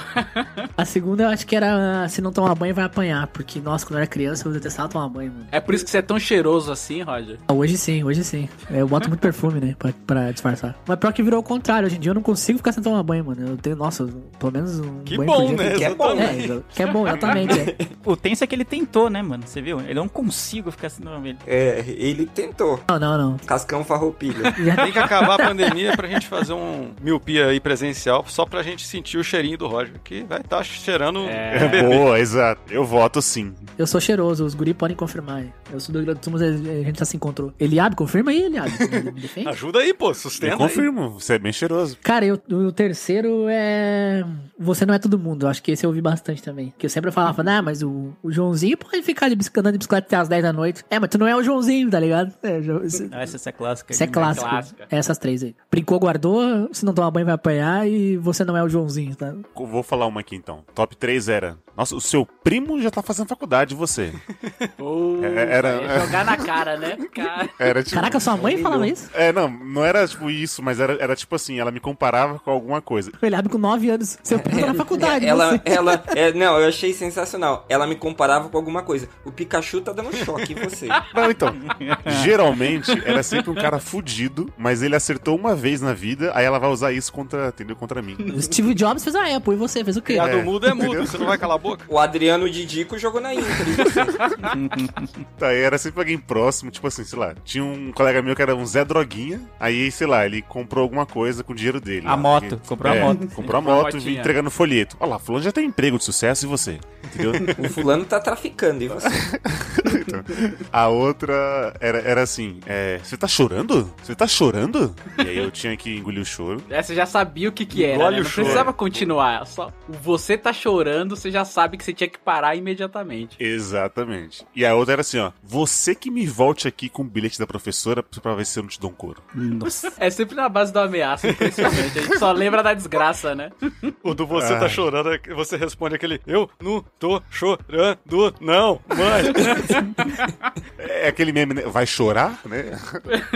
S4: A segunda eu acho que era ah, se não tomar banho vai apanhar, porque nossa, quando eu era criança eu detestava tomar banho, mano.
S6: É por isso que você é tão cheiroso assim, Roger.
S4: Ah, Hoje sim, hoje sim. É, Eu boto muito perfume, né, pra, pra disfarçar. Mas pior que virou o contrário, hoje em dia eu não consigo ficar sem tomar banho, mano. Eu tenho, nossa, pelo menos um
S5: Que
S4: banho
S5: bom,
S4: por dia.
S5: né?
S4: Que é bom,
S5: Exatamente.
S4: é, exa- que é bom, exatamente. é.
S2: O tenso é que ele tentou, né, mano? Você viu? Eu não consigo ficar assim no
S3: É, ele tentou.
S4: Não, não, não.
S3: Cascão farroupilha.
S5: Tem que acabar a pandemia pra gente fazer um miopia aí presencial, só pra gente sentir o cheirinho do Roger, que vai estar cheirando
S6: É.
S5: bebê.
S1: Boa, exato. Eu voto sim.
S4: Eu sou cheiroso, os guri podem confirmar. Eu sou do Rio Grande do Sul, mas a gente já se encontrou. Eliabe, confirma aí, Eliabe. Me defende.
S5: Ajuda aí, pô,
S1: Eu
S5: sustenta aí.
S1: confirmo, você é bem cheiroso.
S4: Cara, eu, o terceiro é. Você não é todo mundo. Acho que esse eu ouvi bastante também. Que eu sempre falava, ah, mas o, o Joãozinho pode ficar de bicicleta, andando de bicicleta até as 10 da noite. É, mas tu não é o Joãozinho, tá ligado? É, o Jo- isso,
S2: Ah, essa, essa é clássica.
S4: isso é
S2: demais.
S4: clássico.
S6: clássica.
S4: Essas três aí. Brincou, guardou, se não tomar banho vai apanhar e você não é o Joãozinho, tá?
S1: Co- Vou falar uma aqui então. Top 3 era. Nossa, o seu primo já tá fazendo faculdade, você.
S6: Pô,
S1: É, era-
S6: é jogar na
S2: *laughs*
S6: cara, né? Cara,
S1: *laughs* Era tipo.
S4: Caraca, sua mãe falava isso?
S1: É, não, não era tipo isso, mas era, era tipo assim, ela me comparava com alguma coisa.
S4: Ele abre com 9 anos. Seu primo tá na faculdade.
S3: É, ela,
S4: você.
S3: ela, é, não, eu achei sensacional. Ela me comparava com alguma coisa. O Pikachu tá dando choque em você.
S1: Não, então. Geralmente era sempre um cara fudido, mas ele acertou uma vez na vida, aí ela vai usar isso contra, entendeu? Contra mim.
S4: O Steve Jobs fez a Apple e você fez o quê?
S5: Criado
S1: É.
S5: mudo é mudo, você não vai calar a boca.
S3: O Adriano Didico jogou na Inter.
S1: Tá, aí era sempre alguém próximo, tipo assim, sei lá. Tinha um colega meu que era um Zé Droguinha, aí, sei lá, ele comprou alguma coisa com o dinheiro dele.
S2: A
S1: lá,
S2: moto,
S1: porque- É,
S2: comprou a moto.
S1: Comprou a
S6: Comprou a
S1: moto e vim
S6: motinha.
S1: entregando folheto. Olha lá, fulano já tem emprego de sucesso e você, entendeu?
S2: *laughs*
S3: O fulano tá traficando, e você?
S1: A outra era, era assim: é, Você tá chorando? Você tá chorando? E aí eu tinha que engolir o choro.
S6: é, você já sabia o que que era,
S5: Engole
S6: né?
S5: o
S6: Não
S5: choro.
S6: precisava continuar. Só o você tá chorando, você já sabe que você tinha que parar imediatamente.
S1: Exatamente. E a outra era assim: ó, você que me volte aqui com o bilhete da professora pra ver se eu não te dou um couro.
S6: É sempre na base do ameaça, impressionante. A gente só lembra da desgraça, né?
S5: O do você
S1: Ah.
S5: tá chorando, é que você responde aquele eu não tô chorando, não, mãe.
S1: É aquele meme, né? Vai chorar, né?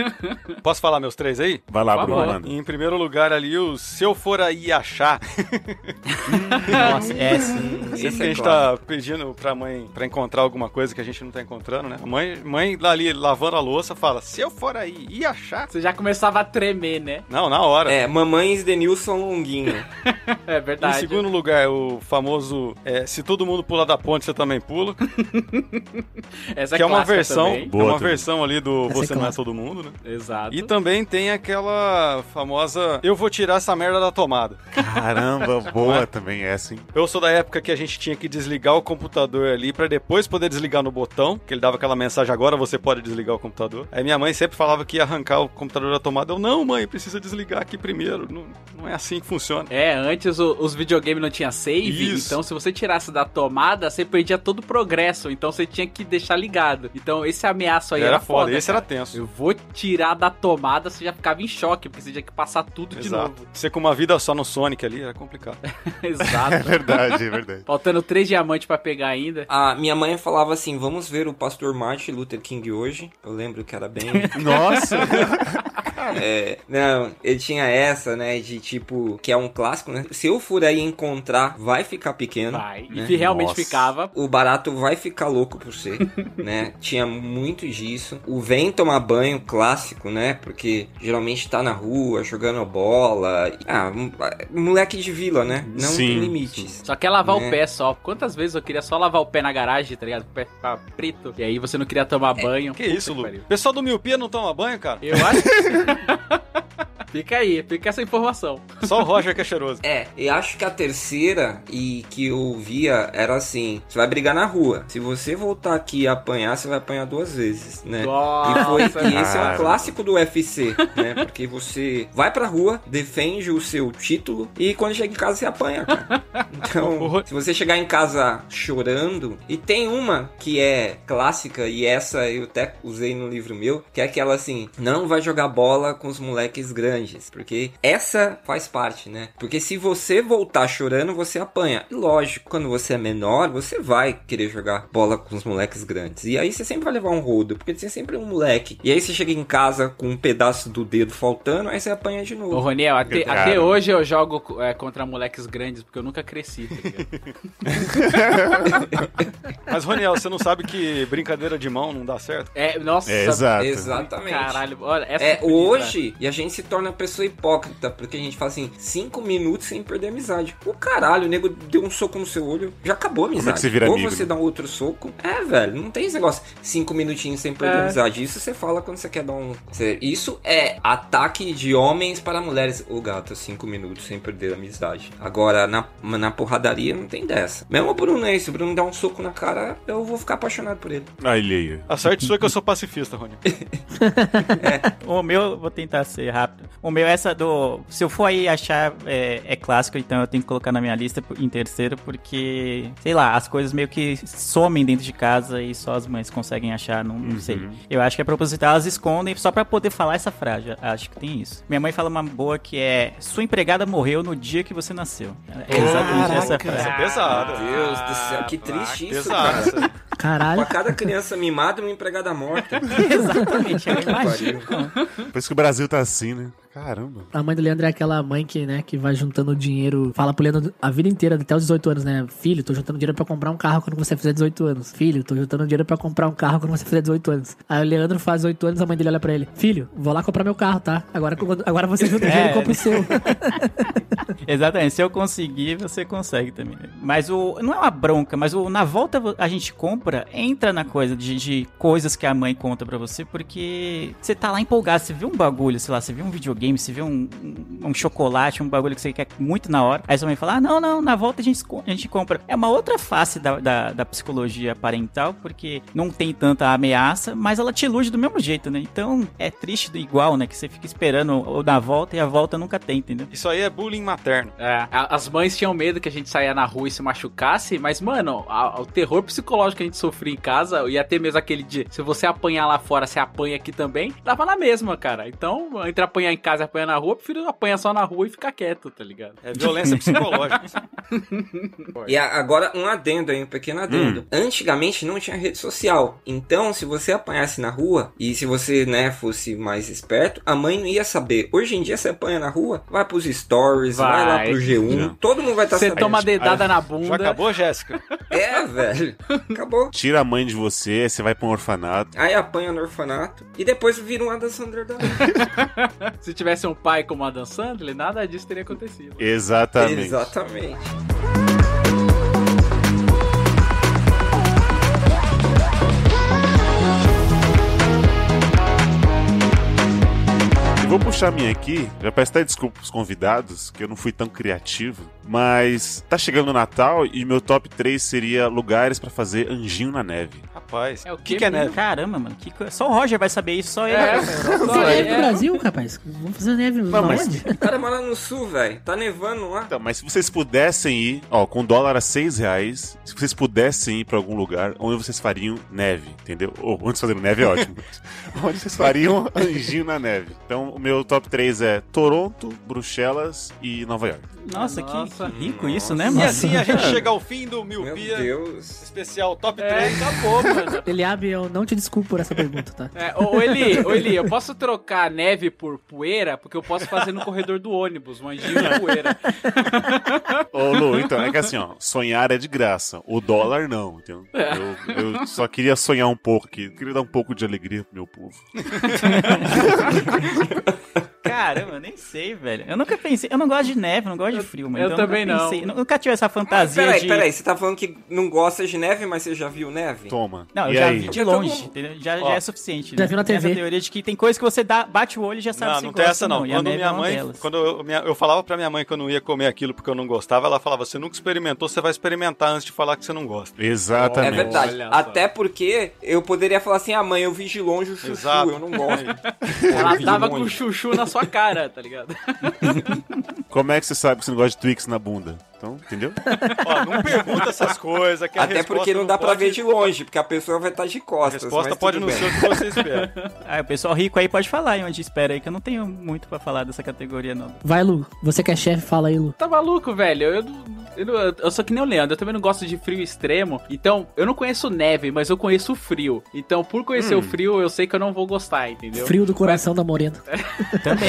S5: *laughs* Posso falar meus três aí?
S1: Vai lá,
S6: Por
S1: Bruno,
S6: favor.
S1: manda.
S5: Em primeiro lugar ali, o se eu for aí achar,
S2: Nossa, essa.
S3: Esse
S5: Sempre que
S3: é
S5: a gente
S3: claro.
S5: tá pedindo pra mãe pra encontrar alguma coisa que a gente não tá encontrando, né? A mãe, mãe lá ali lavando a louça fala: se eu for aí e achar.
S6: Você já começava a tremer, né?
S5: Não, na hora.
S3: É, mamães Denilson Longuinho.
S6: É
S5: Em
S6: verdade.
S5: segundo lugar, o famoso é, Se Todo Mundo Pula da Ponte, Você Também Pula.
S6: Essa
S5: Que é uma
S6: clássica
S5: versão.
S6: também.
S1: Boa
S5: é uma
S1: também.
S5: versão ali do
S4: Essa é
S5: Você Não é
S4: clássica.
S5: Todo Mundo, né?
S6: Exato.
S5: E também tem aquela famosa Eu vou tirar essa merda da tomada.
S1: Caramba, boa também essa, hein?
S5: Eu sou da época que a gente gente tinha que desligar o computador ali pra depois poder desligar no botão, que ele dava aquela mensagem agora você pode desligar o computador. Aí minha mãe sempre falava que ia arrancar o computador da tomada. Eu não, mãe, precisa desligar aqui primeiro. Não, não é assim que funciona.
S6: É, antes o- os videogames não tinha save,
S5: Isso.
S6: então se você tirasse da tomada, você perdia todo o progresso, então você tinha que deixar ligado. Então esse ameaço aí era,
S5: era foda, esse
S6: cara.
S5: era tenso.
S6: Eu vou tirar da tomada, você já ficava em choque, porque você tinha que passar tudo de novo. *laughs*
S5: Exato. Você com uma vida só no Sonic ali era *laughs* complicado.
S1: É
S6: Exato.
S1: verdade, é verdade.
S6: Faltando três diamantes pra pegar ainda.
S3: A minha mãe falava assim: vamos ver o pastor Martin Luther King hoje. Eu lembro que era *laughs* bem.
S1: Nossa!
S3: É, não, ele tinha essa, né? De tipo, que é um clássico, né? Se eu for aí encontrar, vai ficar pequeno.
S6: Vai. E
S3: né?
S6: se realmente
S1: Nossa.
S6: ficava.
S3: O barato vai ficar louco
S1: *laughs*
S3: por você, né? Tinha muito disso. O vem tomar banho clássico, né? Porque geralmente tá na rua, jogando bola. Ah, um- moleque de vila, né? Não
S1: Sim,
S3: tem limites.
S6: Só quer lavar
S3: Né?
S6: o pé só. Quantas vezes eu queria só lavar o pé na garagem, tá ligado? O pé ficava preto. E aí você não queria tomar banho.
S5: Que
S6: Puta
S5: isso, Lu?
S6: pariu.
S5: Pessoal do Miopia não toma banho, cara?
S6: Eu acho. que- *laughs* fica aí, fica essa informação.
S5: Só o Roger que é cheiroso.
S3: É, eu acho que a terceira e que eu via era assim: você vai brigar na rua. Se você voltar aqui e apanhar, você vai apanhar duas vezes, né? E, foi,
S6: Nossa,
S3: e esse é um
S1: Cara.
S3: clássico do UFC, né? Porque você vai pra rua, defende o seu título e quando chega em casa você apanha, cara. Então, se você chegar em casa chorando, e tem uma que é clássica, e essa eu até usei no livro meu, que é aquela assim: não vai jogar bola com os moleques grandes. Porque essa faz parte, né? Porque se você voltar chorando, você apanha. E lógico, quando você é menor, você vai querer jogar bola com os moleques grandes. E aí você sempre vai levar um rodo, porque você sempre é um moleque. E aí você chega em casa com um pedaço do dedo faltando, aí você apanha de
S6: Ô,
S3: novo.
S6: Roniel, até,
S1: Cara.
S6: até hoje eu jogo é, contra moleques grandes, porque eu nunca cresci, tá ligado?
S5: Mas, Roniel, você não sabe que brincadeira de mão não dá certo?
S6: É, nossa,
S1: É, exato.
S3: Exatamente.
S6: caralho. Olha, essa
S3: É,
S6: eu fui lembrar.
S3: hoje, e a gente se torna uma pessoa hipócrita, porque a gente fala assim, cinco minutos sem perder a amizade. O caralho, o nego deu um soco no seu olho, já acabou a amizade.
S1: é que você vira
S3: Ou
S1: amigo,
S3: você
S1: né?
S3: dá um outro soco. É, velho, não tem esse negócio, cinco minutinhos sem perder a amizade. Isso você fala quando você quer dar um... você- Isso é ataque de homens para mulheres. Ô, gato, cinco minutos sem perder a amizade. Agora, na, na porradaria, não tem dessa. Mesmo o Bruno é isso, o Bruno dá um soco na cara, eu vou ficar apaixonado por ele.
S1: Olha aí.
S5: A sorte sua é que eu sou pacifista, Rony.
S2: O meu, eu vou tentar ser rápido. O meu, é essa do. Se eu for aí achar, é, é clássico, então eu tenho que colocar na minha lista em terceiro, porque, sei lá, as coisas meio que somem dentro de casa e só as mães conseguem achar, não, não sei. Eu acho que é proposital, elas escondem só pra poder falar essa frase. eu Acho que tem isso. Minha mãe fala uma boa que é: Sua empregada morreu no dia que você nasceu. É exatamente essa
S5: Caraca.
S2: frase.
S5: é
S1: Ah,
S5: pesado.
S3: Ah,
S5: Ah,
S3: Meu Deus do céu, que triste isso, cara.
S5: Pesado.
S4: Caralho.
S3: *laughs* Pra cada criança mimada, uma empregada morta. é
S2: Exatamente, eu imagino.
S1: Por isso que o Brasil tá assim, né? Caramba.
S4: A mãe do Leandro é aquela mãe que, né, que vai juntando dinheiro. Fala pro Leandro a vida inteira, até os 18 anos, né? Filho, tô juntando dinheiro pra comprar um carro quando você fizer 18 anos. Filho, tô juntando dinheiro pra comprar um carro quando você fizer 18 anos. Aí o Leandro faz 8 anos, a mãe dele olha pra ele: Filho, vou lá comprar meu carro, tá? Agora, quando- agora você junta dinheiro
S2: É.
S4: e compra o seu. *laughs*
S2: Exatamente, se eu conseguir, você consegue também. Mas o. Não é uma bronca, mas o na volta a gente compra, entra na coisa de, de coisas que a mãe conta pra você, porque você tá lá empolgado, você vê um bagulho, sei lá, você vê um videogame, você vê um, um, um chocolate, um bagulho que você quer muito na hora. Aí sua mãe fala: ah, não, não, na volta a gente, esco- a gente compra. É uma outra face da, da, da psicologia parental, porque não tem tanta ameaça, mas ela te ilude do mesmo jeito, né? Então é triste do igual, né? Que você fica esperando ou na volta e a volta nunca tem, entendeu?
S5: Isso aí é bullying materno.
S6: É, a- as mães tinham medo que a gente saia na rua e se machucasse, mas, mano, a- o terror psicológico que a gente sofria em casa, e até mesmo aquele de se você apanhar lá fora, você apanha aqui também, dava na mesma, cara. Então, entre apanhar em casa e apanhar na rua, eu prefiro apanhar só na rua e ficar quieto, tá ligado?
S5: É
S2: *laughs*
S5: violência psicológica.
S3: E a- agora um adendo aí, um pequeno adendo. Antigamente não tinha rede social. Então, se você apanhasse na rua e se você, né, fosse mais esperto, a mãe não ia saber. Hoje em dia você apanha na rua, vai pros stories, vai,
S6: Vai.
S3: lá pro G1,
S1: Não.
S3: todo mundo
S5: Tá
S3: vai estar
S6: Você
S3: sabendo.
S6: toma dedada na
S5: Já
S6: bunda.
S5: acabou, Jéssica?
S3: É, velho. Acabou.
S1: Tira a mãe de você, você vai pra um orfanato.
S3: Aí apanha no orfanato e depois vira um Adam Sandler da vida.
S6: Se tivesse um pai como a Dan Sandler, nada disso teria acontecido.
S1: Exatamente.
S3: Exatamente.
S1: E vou puxar a minha aqui. Já peço até desculpa pros convidados, que eu não fui tão criativo. Mas tá chegando o Natal e meu top 3 seria lugares pra fazer anjinho na neve.
S5: Rapaz,
S6: É o quê,
S5: que,
S6: É,
S5: que é
S6: menino?
S5: neve?
S2: Caramba, mano. Que co... Só o Roger vai saber isso, só ele.
S4: Tem neve no
S6: É.
S4: Brasil, rapaz? Vamos fazer neve
S1: Não,
S4: na
S1: mas-
S4: onde?
S3: O cara mora no sul, velho. Tá nevando lá.
S1: Então, mas se vocês pudessem ir, ó, com dólar a 6 reais, se vocês pudessem ir pra algum lugar onde vocês fariam neve, entendeu? Ou onde vocês fariam neve é ótimo. *laughs* onde vocês fariam anjinho na neve. Então, o meu top 3 é Toronto, Bruxelas e Nova York.
S2: Nossa,
S6: Nossa.
S2: que, que rico isso, né,
S5: E
S2: mano?
S5: assim a gente chega ao fim do
S3: Meu
S5: Miopia
S3: Deus.
S5: especial top
S6: É,
S5: 3.
S6: acabou, mano.
S4: Ele abre, eu não te desculpo por essa pergunta, tá?
S6: É, ô, ô, Eli, ô, Eli, eu posso trocar neve por poeira? Porque eu posso fazer no corredor do ônibus, um anjinho de poeira.
S1: Ô, Lu, então, é que assim, ó, sonhar é de graça. O dólar não, entendeu?
S5: É.
S1: Eu, eu só queria sonhar um pouco aqui. Queria dar um pouco de alegria pro meu povo.
S2: Caramba, eu nem sei, velho. Eu nunca pensei. Eu não gosto de neve, não gosto de frio, mano.
S6: eu
S2: então
S6: também
S2: nunca
S6: não.
S2: pensei. Eu Nunca tive essa fantasia
S3: Peraí,
S2: de.
S3: peraí. Você tá falando que não gosta de neve, mas você já viu neve?
S1: Toma.
S2: Não, eu
S1: e
S2: já
S1: aí?
S2: vi de
S3: Eu tô com-
S2: longe, entendeu? Já, já
S5: Ó,
S2: é suficiente.
S4: já
S2: né?
S4: vi na
S2: Tem
S4: TV.
S2: Essa teoria de que tem coisa que você dá, bate o olho e já sabe
S5: Não,
S2: se
S5: não tem
S2: gosta
S5: essa
S2: ou
S5: não.
S2: E a
S5: Quando
S2: neve é
S5: minha
S2: uma
S5: mãe,
S2: delas.
S5: quando eu, minha- eu falava pra minha mãe que eu não ia comer aquilo porque eu não gostava, ela falava: "Você nunca experimentou, você vai experimentar antes de falar que você não gosta".
S3: É
S1: Exatamente.
S3: verdade.
S6: Olha só.
S3: Até porque eu poderia falar assim, ah, mãe, eu vi de longe o chuchu,
S5: Exato.
S3: eu não
S5: *laughs*
S3: gosto.
S6: Ela Ah, tava com
S3: Muito.
S6: o chuchu na sua cara, tá ligado?
S1: Como é que você sabe que você não gosta de Twix na bunda? Então, entendeu?
S5: Ó, não pergunta essas coisas que a
S3: Até
S5: resposta
S3: porque não dá pra
S5: pode-
S3: ver de longe, porque a pessoa vai estar de
S5: A
S3: costas.
S5: resposta
S3: mas
S5: pode
S3: tudo
S5: não
S3: bem.
S5: ser o que
S3: *laughs*
S5: você espera.
S2: *laughs* Ah, o pessoal rico aí pode falar em onde espera aí, que eu não tenho muito pra falar dessa categoria, não.
S4: Vai, Lu. Você que é chefe, fala aí, Lu.
S6: Tá maluco, velho? Eu, não- eu, não- eu sou que nem o Leandro, eu também não gosto de frio extremo. Então, eu não conheço neve, mas eu conheço o frio. Então, por conhecer o frio, eu sei que eu não vou gostar, entendeu?
S4: Frio do coração da Morena.
S2: Também.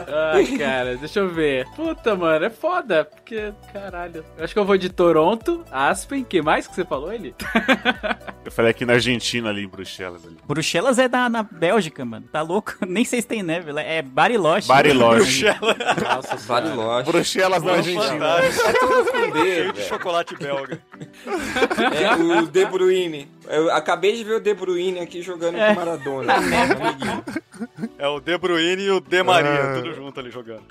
S6: Ai, Ah, cara, deixa eu ver. Puta, mano, é foda, porque, caralho. Eu acho que eu vou de Toronto, Aspen, que mais que você falou, ele?
S1: Eu falei aqui na Argentina, ali em Bruxelas. Ali.
S2: Bruxelas é da, na Bélgica, mano. Tá louco? *laughs* Nem sei se tem neve. lá. É Bariloche.
S1: Bariloche.
S6: Nossa,
S3: Vale lógico.
S1: Bruxelas na Argentina.
S5: Fantástico.
S3: É tudo com D,
S5: Cheio de
S3: velho.
S5: chocolate belga.
S3: É o De Bruyne. Eu acabei de ver o De Bruyne aqui jogando com o Maradona. Amiguinho.
S5: É o De Bruyne e o De Maria,
S1: Ah.
S5: tudo junto ali jogando.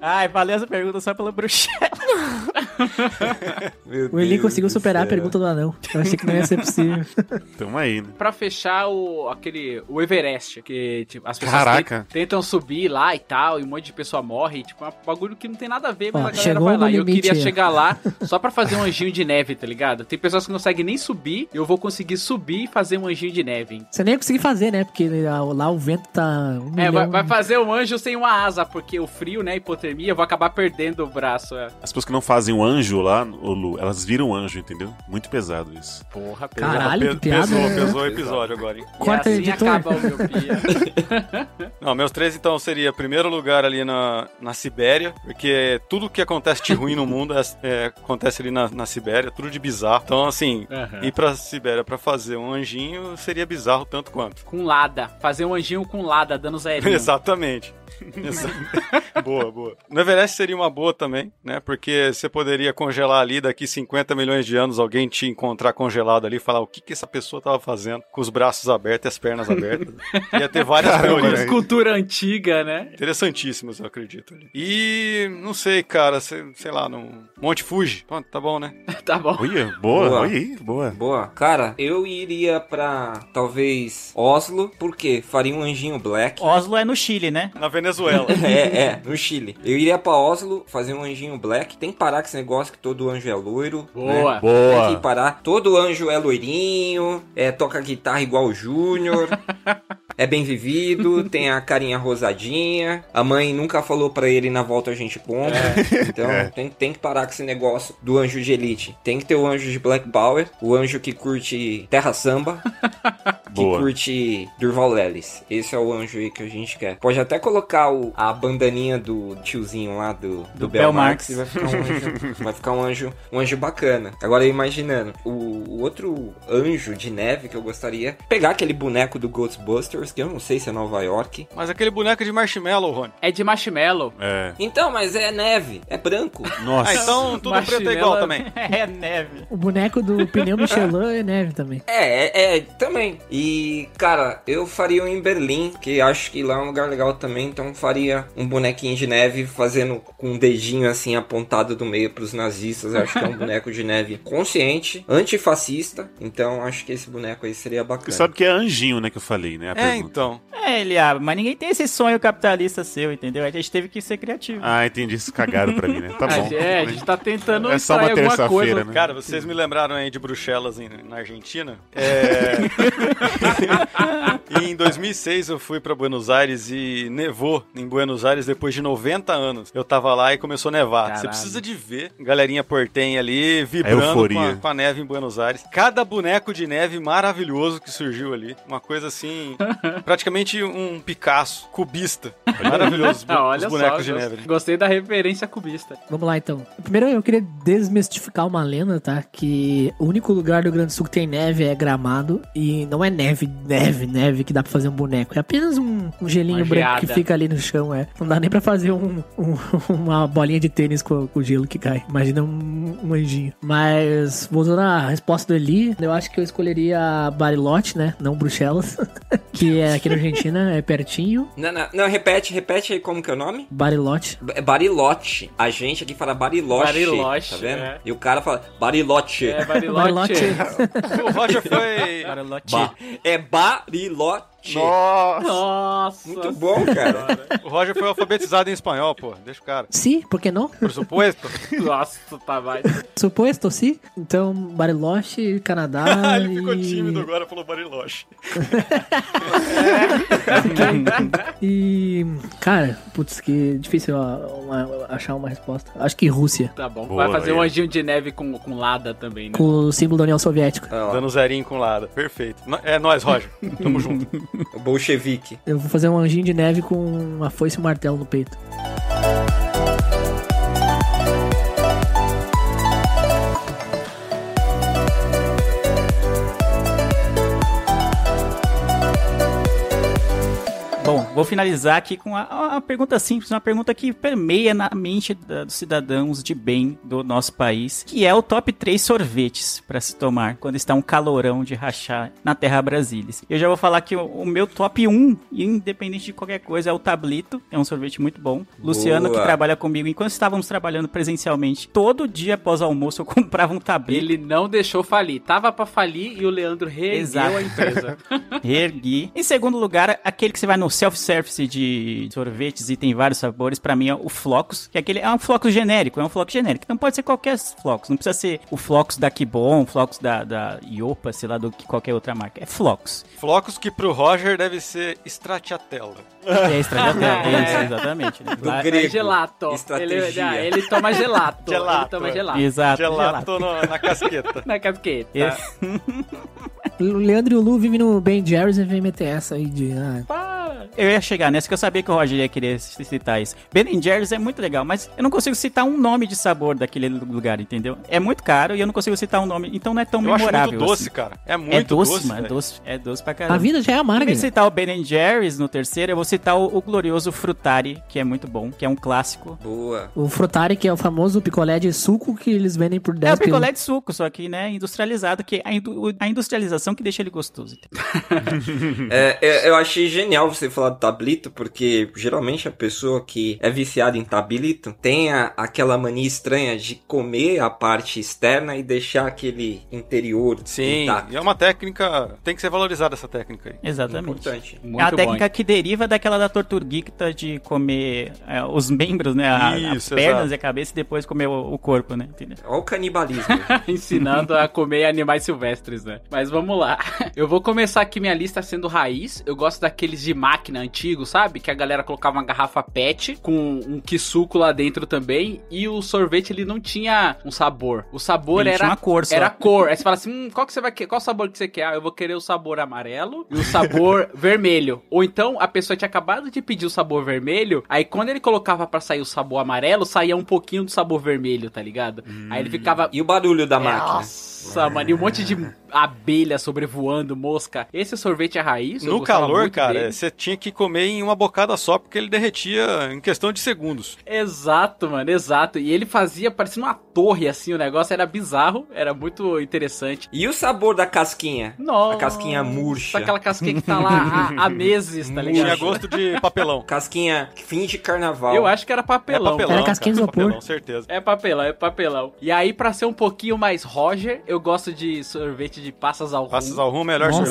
S2: Ai, valeu essa pergunta só pela Bruxelas.
S3: Meu
S4: O Eli
S3: Deus
S4: conseguiu
S3: do
S4: superar a
S3: céu.
S4: pergunta do anão. Eu achei que não ia ser possível.
S1: Tamo aí, né?
S6: Pra fechar o aquele o Everest, que tipo, as pessoas
S1: Caraca.
S6: te- tentam subir lá e tal, e um monte de pessoa morre, e, tipo, é um bagulho que não tem nada a ver, mas
S4: Ó,
S6: a galera
S4: chegou
S6: vai
S4: no
S6: lá. E eu
S4: limite
S6: queria
S4: aí.
S6: chegar lá só pra fazer um anjinho de neve, tá ligado? Tem pessoas que não conseguem nem subir, eu vou conseguir subir e fazer um anjinho de neve. hein?
S4: Você nem ia conseguir fazer, né? Porque lá o vento tá. Um
S6: É,
S4: milhão...
S6: vai, vai fazer um anjo sem uma asa, porque o frio, né, hipotermia, eu vou acabar perdendo o braço. É.
S1: As pessoas que não fazem o anjo lá, ô Lu, elas viram anjo, entendeu? Muito pesado isso.
S6: Porra, pelo
S4: Caralho, que
S5: Pe-
S4: piada.
S5: pesou,
S4: né?
S5: pesou o episódio agora, hein?
S4: Corta,
S6: e assim
S4: editor.
S6: acaba a miopia.
S5: Não, meus três então seria primeiro lugar ali na, na Sibéria, porque tudo que acontece de ruim no mundo é- é, acontece ali na, na Sibéria, tudo de bizarro. Então, assim,
S4: É.
S6: Aham.
S5: ir pra Sibéria pra fazer um anjinho seria bizarro tanto quanto.
S6: com lada. Fazer um anjinho com lada, dando zerinho.
S5: *laughs* Exatamente. Exa- *laughs* boa, boa. No Everest seria uma boa também, né? Porque você poderia congelar ali daqui 50 milhões de anos, alguém te encontrar congelado ali e falar o que, que essa pessoa tava fazendo com os braços abertos e as pernas abertas. Ia ter várias teorias.
S6: Escultura antiga, né? *laughs*
S5: Interessantíssimos, eu acredito. ali. E não sei, cara, sei, sei lá, no Monte Fuji. Pronto, tá bom, né?
S6: Tá bom.
S1: Olha, boa,
S3: Boa.
S1: olha aí, boa.
S3: Boa. Cara, eu iria pra, talvez, Oslo. Por quê? Faria um anjinho black.
S2: Oslo é no Chile, né?
S3: *laughs*
S5: Na Venezuela.
S3: É, é, no Chile. Eu iria pra Oslo fazer um anjinho black. Tem que parar com esse negócio que todo anjo é loiro.
S6: Boa.
S3: né? Tem que
S1: Boa.
S3: parar. Todo anjo é loirinho, é, toca guitarra igual o Júnior. É bem vivido, tem a carinha rosadinha. A mãe nunca falou pra ele na volta a gente compra. *laughs* Então
S1: É.
S3: tem, tem que parar com esse negócio do anjo de elite. Tem que ter o anjo de Black Power, o anjo que curte terra samba, que
S1: Boa.
S3: curte Durval Lelis. Esse é o anjo aí que a gente quer. Pode até colocar o- a bandaninha do tiozinho lá do, do,
S2: Do
S3: Bel
S2: Bel
S3: Marx
S2: Marx.
S3: *laughs* e vai ficar um anjo, vai ficar um anjo, um anjo bacana. Agora imaginando, o, o outro anjo de neve que eu gostaria. Pegar aquele boneco do Ghostbusters, que eu não sei se é Nova York.
S5: Mas aquele boneco de marshmallow, Rony.
S6: É de marshmallow.
S1: É.
S3: Então, mas é neve, é branco.
S1: Nossa.
S5: Ah, então tudo preto é igual
S6: *laughs*
S5: também.
S2: é neve.
S4: O boneco do pneu Michelin é neve também.
S3: É, é, é, também. E, cara, eu faria um em Berlim, que acho que lá é um lugar legal também, então faria um bonequinho de neve fazendo com um dedinho assim apontado do meio pros nazistas. Eu acho que
S6: *laughs*
S3: é um boneco de neve consciente, antifascista, então acho que esse boneco aí seria
S1: Você
S3: bacana.
S1: sabe que é anjinho, né, que eu falei, né? a
S5: É,
S1: pergunta.
S5: então.
S2: É, ele abre, mas ninguém tem esse sonho capitalista seu, entendeu? A gente teve que ser criativo.
S1: Ah, entendi. Vocês cagaram pra mim, né? Tá
S6: *laughs* A
S1: bom.
S6: gente- é, a gente tá tentando
S1: É só uma
S6: extrair alguma
S1: terça-feira,
S6: coisa.
S1: né?
S5: Cara, vocês me lembraram aí de Bruxelas em- na Argentina. *laughs* É... em 2006 eu fui pra Buenos Aires e nevou em Buenos Aires depois de 90 anos. Eu tava lá e começou a nevar. Você
S6: Caralho.
S5: precisa de ver galerinha portenha ali vibrando com a,
S1: euforia.
S5: com a neve em Buenos Aires. Cada boneco de neve maravilhoso que surgiu ali. Uma
S6: *laughs*
S5: coisa assim, praticamente um Picasso cubista. Maravilhoso os, bu-
S6: Ah,
S5: os
S6: *laughs* *laughs* olha
S5: bonecos
S6: só,
S5: de
S6: gost-
S5: neve. né?
S6: gostei da referência cubista.
S4: Vamos lá então. Primeiro eu queria desmistificar uma lenda, tá? Que o único lugar do Rio Grande do Sul que tem neve é gramado. E não é neve, neve, neve que dá pra fazer um boneco. É apenas um, um gelinho
S6: Uma
S4: branco
S6: geada.
S4: que fica ali no chão, é. Não dá nem pra fazer um- um- *laughs* uma bolinha de tênis com, com o gelo que cai. Imagina um, um anjinho. Mas, voltando à resposta do Eli, eu acho que eu escolheria Barilote, né? Não Bruxelas. *laughs* que é aqui na Argentina, é pertinho.
S3: Não, não, não, repete, repete aí como que é o nome?
S4: Barilote.
S3: É Barilote. A gente aqui fala Bariloche.
S6: Bariloche,
S3: Tá vendo?
S6: é.
S3: E o cara fala Bariloche.
S6: É,
S3: *laughs* É,
S6: Bariloche.
S5: O Roger foi...
S2: Barilote.
S3: *laughs* É Bariloche.
S1: Nossa.
S6: Nossa.
S3: Muito bom, cara.
S5: O Roger foi alfabetizado em espanhol, pô. Deixa o cara.
S4: Sim, por que não?
S5: Por suposto.
S6: Nossa, tá mais.
S4: Suposto, sim. Então, Bariloche, Canadá.
S5: *laughs* Ah, Ele ficou
S4: e-
S5: tímido agora, falou Bariloche.
S4: E. Cara, putz, que difícil ó, uma- achar uma resposta. Acho que Rússia,
S6: Tá bom.
S1: Boa,
S6: Vai fazer um
S1: aí.
S6: anjinho de neve com, com lada também, né?
S4: com o símbolo da União Soviética.
S3: Olha lá,
S5: Dando um zerinho com lado. Perfeito. No- É nóis, Roger. Tamo junto.
S3: o bolchevique.
S4: Eu vou fazer um anjinho de neve com uma foice e um martelo no peito.
S2: Bom, vou finalizar aqui com a- uma pergunta simples, uma pergunta que permeia na mente da- dos cidadãos de bem do nosso país, que é o top 3 sorvetes pra se tomar quando está um calorão de rachar na terra Brasilis. Eu já vou falar que o, o meu top 1, independente de qualquer coisa, é o Tablito, é um sorvete muito bom. Luciano, que tá
S3: Boa.
S2: trabalha comigo, enquanto estávamos trabalhando presencialmente, todo dia após o almoço eu *laughs* comprava um Tablito.
S6: Ele não deixou falir. Tava pra falir e o Leandro reergueu
S2: Exato. *laughs*
S6: a empresa.
S2: Ergui. Em segundo lugar, aquele que você vai no self-service de sorvetes e tem vários sabores, pra mim é o Flocos, que é aquele é um Flocos genérico, é um Flocos genérico. Então pode ser qualquer Flocos, não precisa ser o Flocos da Kibon, o Flocos da, da Iopa, sei lá, do que qualquer outra marca. É Flocos.
S5: Flocos que pro Roger deve ser stracciatella.
S2: É estratégia,
S6: *laughs*
S2: é isso, exatamente. né?
S3: Do
S2: Lá-
S3: grego.
S6: É gelato. Ele,
S3: Estratégia.
S6: ah, ele toma
S5: *laughs*
S6: gelato.
S5: Gelato. é.
S6: Ele toma gelato.
S2: Exato. gelato.
S5: Gelato no- na
S6: *laughs*
S5: casqueta.
S6: Na casqueta.
S2: Esse-
S4: O Leandro e o Lu vivem no Ben Jerry's e vem meter essa aí de. Ah,
S2: Eu ia chegar nessa, que eu sabia que o Roger ia querer c- citar isso. Ben Jerry's é muito legal, mas eu não consigo citar um nome de sabor daquele lugar, entendeu? É muito caro e eu não consigo citar um nome, então não é tão
S5: Eu acho
S2: memorável.
S5: muito
S2: assim.
S5: doce, cara. É muito
S2: é doce, mano. É
S5: velho.
S2: doce, é doce
S6: Tá
S2: pra caramba.
S4: a vida já é
S2: Em
S4: amarga.
S2: vez de citar o Ben Jerry's no terceiro, eu vou citar o, o glorioso Frutari, que é muito bom, que é um clássico.
S3: Boa.
S4: O Frutari, que é o famoso picolé de suco que eles vendem por 10
S2: É o
S4: pila.
S2: picolé de suco, só que, né, industrializado, que a, indu- a industrialização que deixa ele gostoso. entendeu?
S3: É, é, eu achei genial você falar do tablito, porque geralmente a pessoa que é viciada em tablito tem a- aquela mania estranha de comer a parte externa e deixar aquele interior
S5: Sim,
S3: intacto.
S5: e é uma técnica. Tem que ser valorizada essa técnica aí.
S2: Exatamente.
S3: Importante.
S2: É uma
S6: Muito bom.
S2: técnica que deriva daquela da torturguita tá de comer é, os membros, né? a- as
S5: Isso,
S2: pernas
S5: exato.
S2: e a cabeça e depois comer o, o corpo, né? Entendeu?
S3: Olha
S6: *laughs*
S3: o canibalismo.
S6: ensinando a comer *laughs* animais silvestres, né? Mas vamos lá. Eu vou começar aqui minha lista sendo raiz. Eu gosto daqueles de máquina antigo, sabe? Que a galera colocava uma garrafa PET com um suco lá dentro também. E o sorvete ele não tinha um sabor. O sabor
S2: Ele
S6: era.
S2: tinha uma cor só.
S6: Era cor. Aí você fala assim: hum, qual que você vai que- Qual sabor que você quer? Ah, eu vou querer o sabor amarelo e
S2: *laughs*
S6: o sabor vermelho. Ou então a pessoa tinha acabado de pedir o sabor vermelho. Aí quando ele colocava pra sair o sabor amarelo, saía um pouquinho do sabor vermelho, tá ligado?
S2: Hum.
S6: Aí ele ficava.
S3: E o barulho da máquina?
S6: É,
S3: É.
S6: Nossa, mano, e um monte de abelha sobrevoando, mosca. Esse sorvete é raiz. eu
S5: No
S6: gostava
S5: calor,
S6: muito
S5: cara,
S6: dele.
S5: você tinha que comer em uma bocada só, porque ele derretia em questão de segundos.
S6: Exato, mano, exato. E ele fazia parecendo uma torre, assim, o negócio era bizarro, era muito interessante.
S3: E o sabor da casquinha?
S6: Nossa,
S3: A casquinha murcha.
S6: Aquela casquinha que tá lá
S3: *laughs*
S6: há, há meses, tá
S3: Murcha.
S6: ligado?
S5: Tinha gosto de papelão.
S3: Casquinha fim de carnaval.
S6: Eu acho que era
S5: É
S6: papelão.
S5: papelão.
S4: Era casquinha de
S5: cara,
S4: isopor.
S5: papelão, certeza.
S6: É papelão, é papelão. E aí, pra ser um pouquinho mais Roger, eu gosto de sorvete de passas ao
S5: Passas
S6: rum.
S5: ao rum, melhor
S4: Nossa.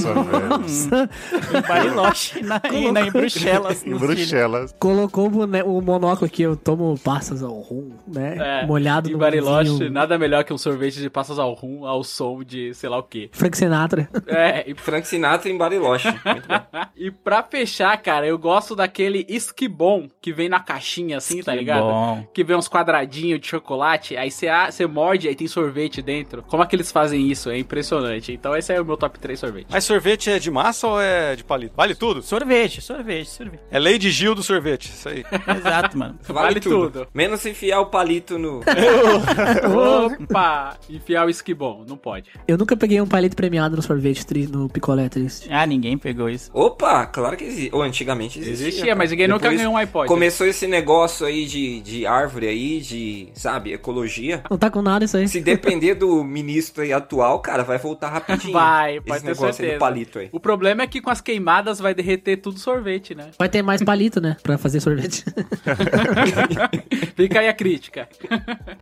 S5: sorvete.
S2: *laughs*
S5: cara.
S1: Nossa, velho.
S4: *laughs*
S2: Em Bariloche, na, e na, em Bruxelas, no Chile.
S1: Bruxelas.
S4: Colocou o, boné- o monóculo aqui, eu tomo passas ao rum, né?
S6: É,
S4: *laughs* Molhado
S6: em
S4: no
S6: Bariloche,
S4: vinho.
S6: nada melhor que um sorvete de passas ao rum, ao som de sei lá o quê.
S4: Frank Sinatra.
S6: É, e
S3: Frank Sinatra em Bariloche. Muito bom.
S6: E pra fechar, cara, eu gosto daquele esquibom que vem na caixinha assim, tá ligado?
S2: Bom.
S6: Que vem uns quadradinhos de chocolate, aí você a- você morde, aí tem sorvete dentro. Como é que eles fazem isso? É impressionante. Então esse é o meu top 3 sorvete.
S5: Mas sorvete é de massa ou é de palito? Vale tudo.
S2: Sorvete, sorvete, sorvete.
S5: É Lady Gil do sorvete, isso aí.
S2: Exato, mano.
S6: *laughs* *laughs* Vale tudo.
S3: Menos enfiar o palito no.
S6: Opa! Enfiar o esquibom, não pode.
S4: Eu nunca peguei um palito premiado no sorvete, tri- no picolé triste.
S2: Ah, ninguém pegou isso.
S3: Opa, claro que existe. Ou antigamente existia.
S6: Existia, mas ninguém nunca
S3: Depois
S6: ganhou um iPod.
S3: Começou esse negócio aí de, de árvore aí, de, sabe, ecologia.
S4: Não tá com nada isso aí.
S3: Se depender do ministro aí atual, cara, vai voltar rapidinho.
S6: Vai, pode
S3: esse
S6: ter
S3: negócio aí
S6: certeza.
S3: do palito aí.
S6: O problema é que com as queimadas vai derreter tudo sorvete, né? *laughs*
S4: Vai ter mais palito, né? Pra fazer sorvete. *laughs*
S6: Fica aí a crítica.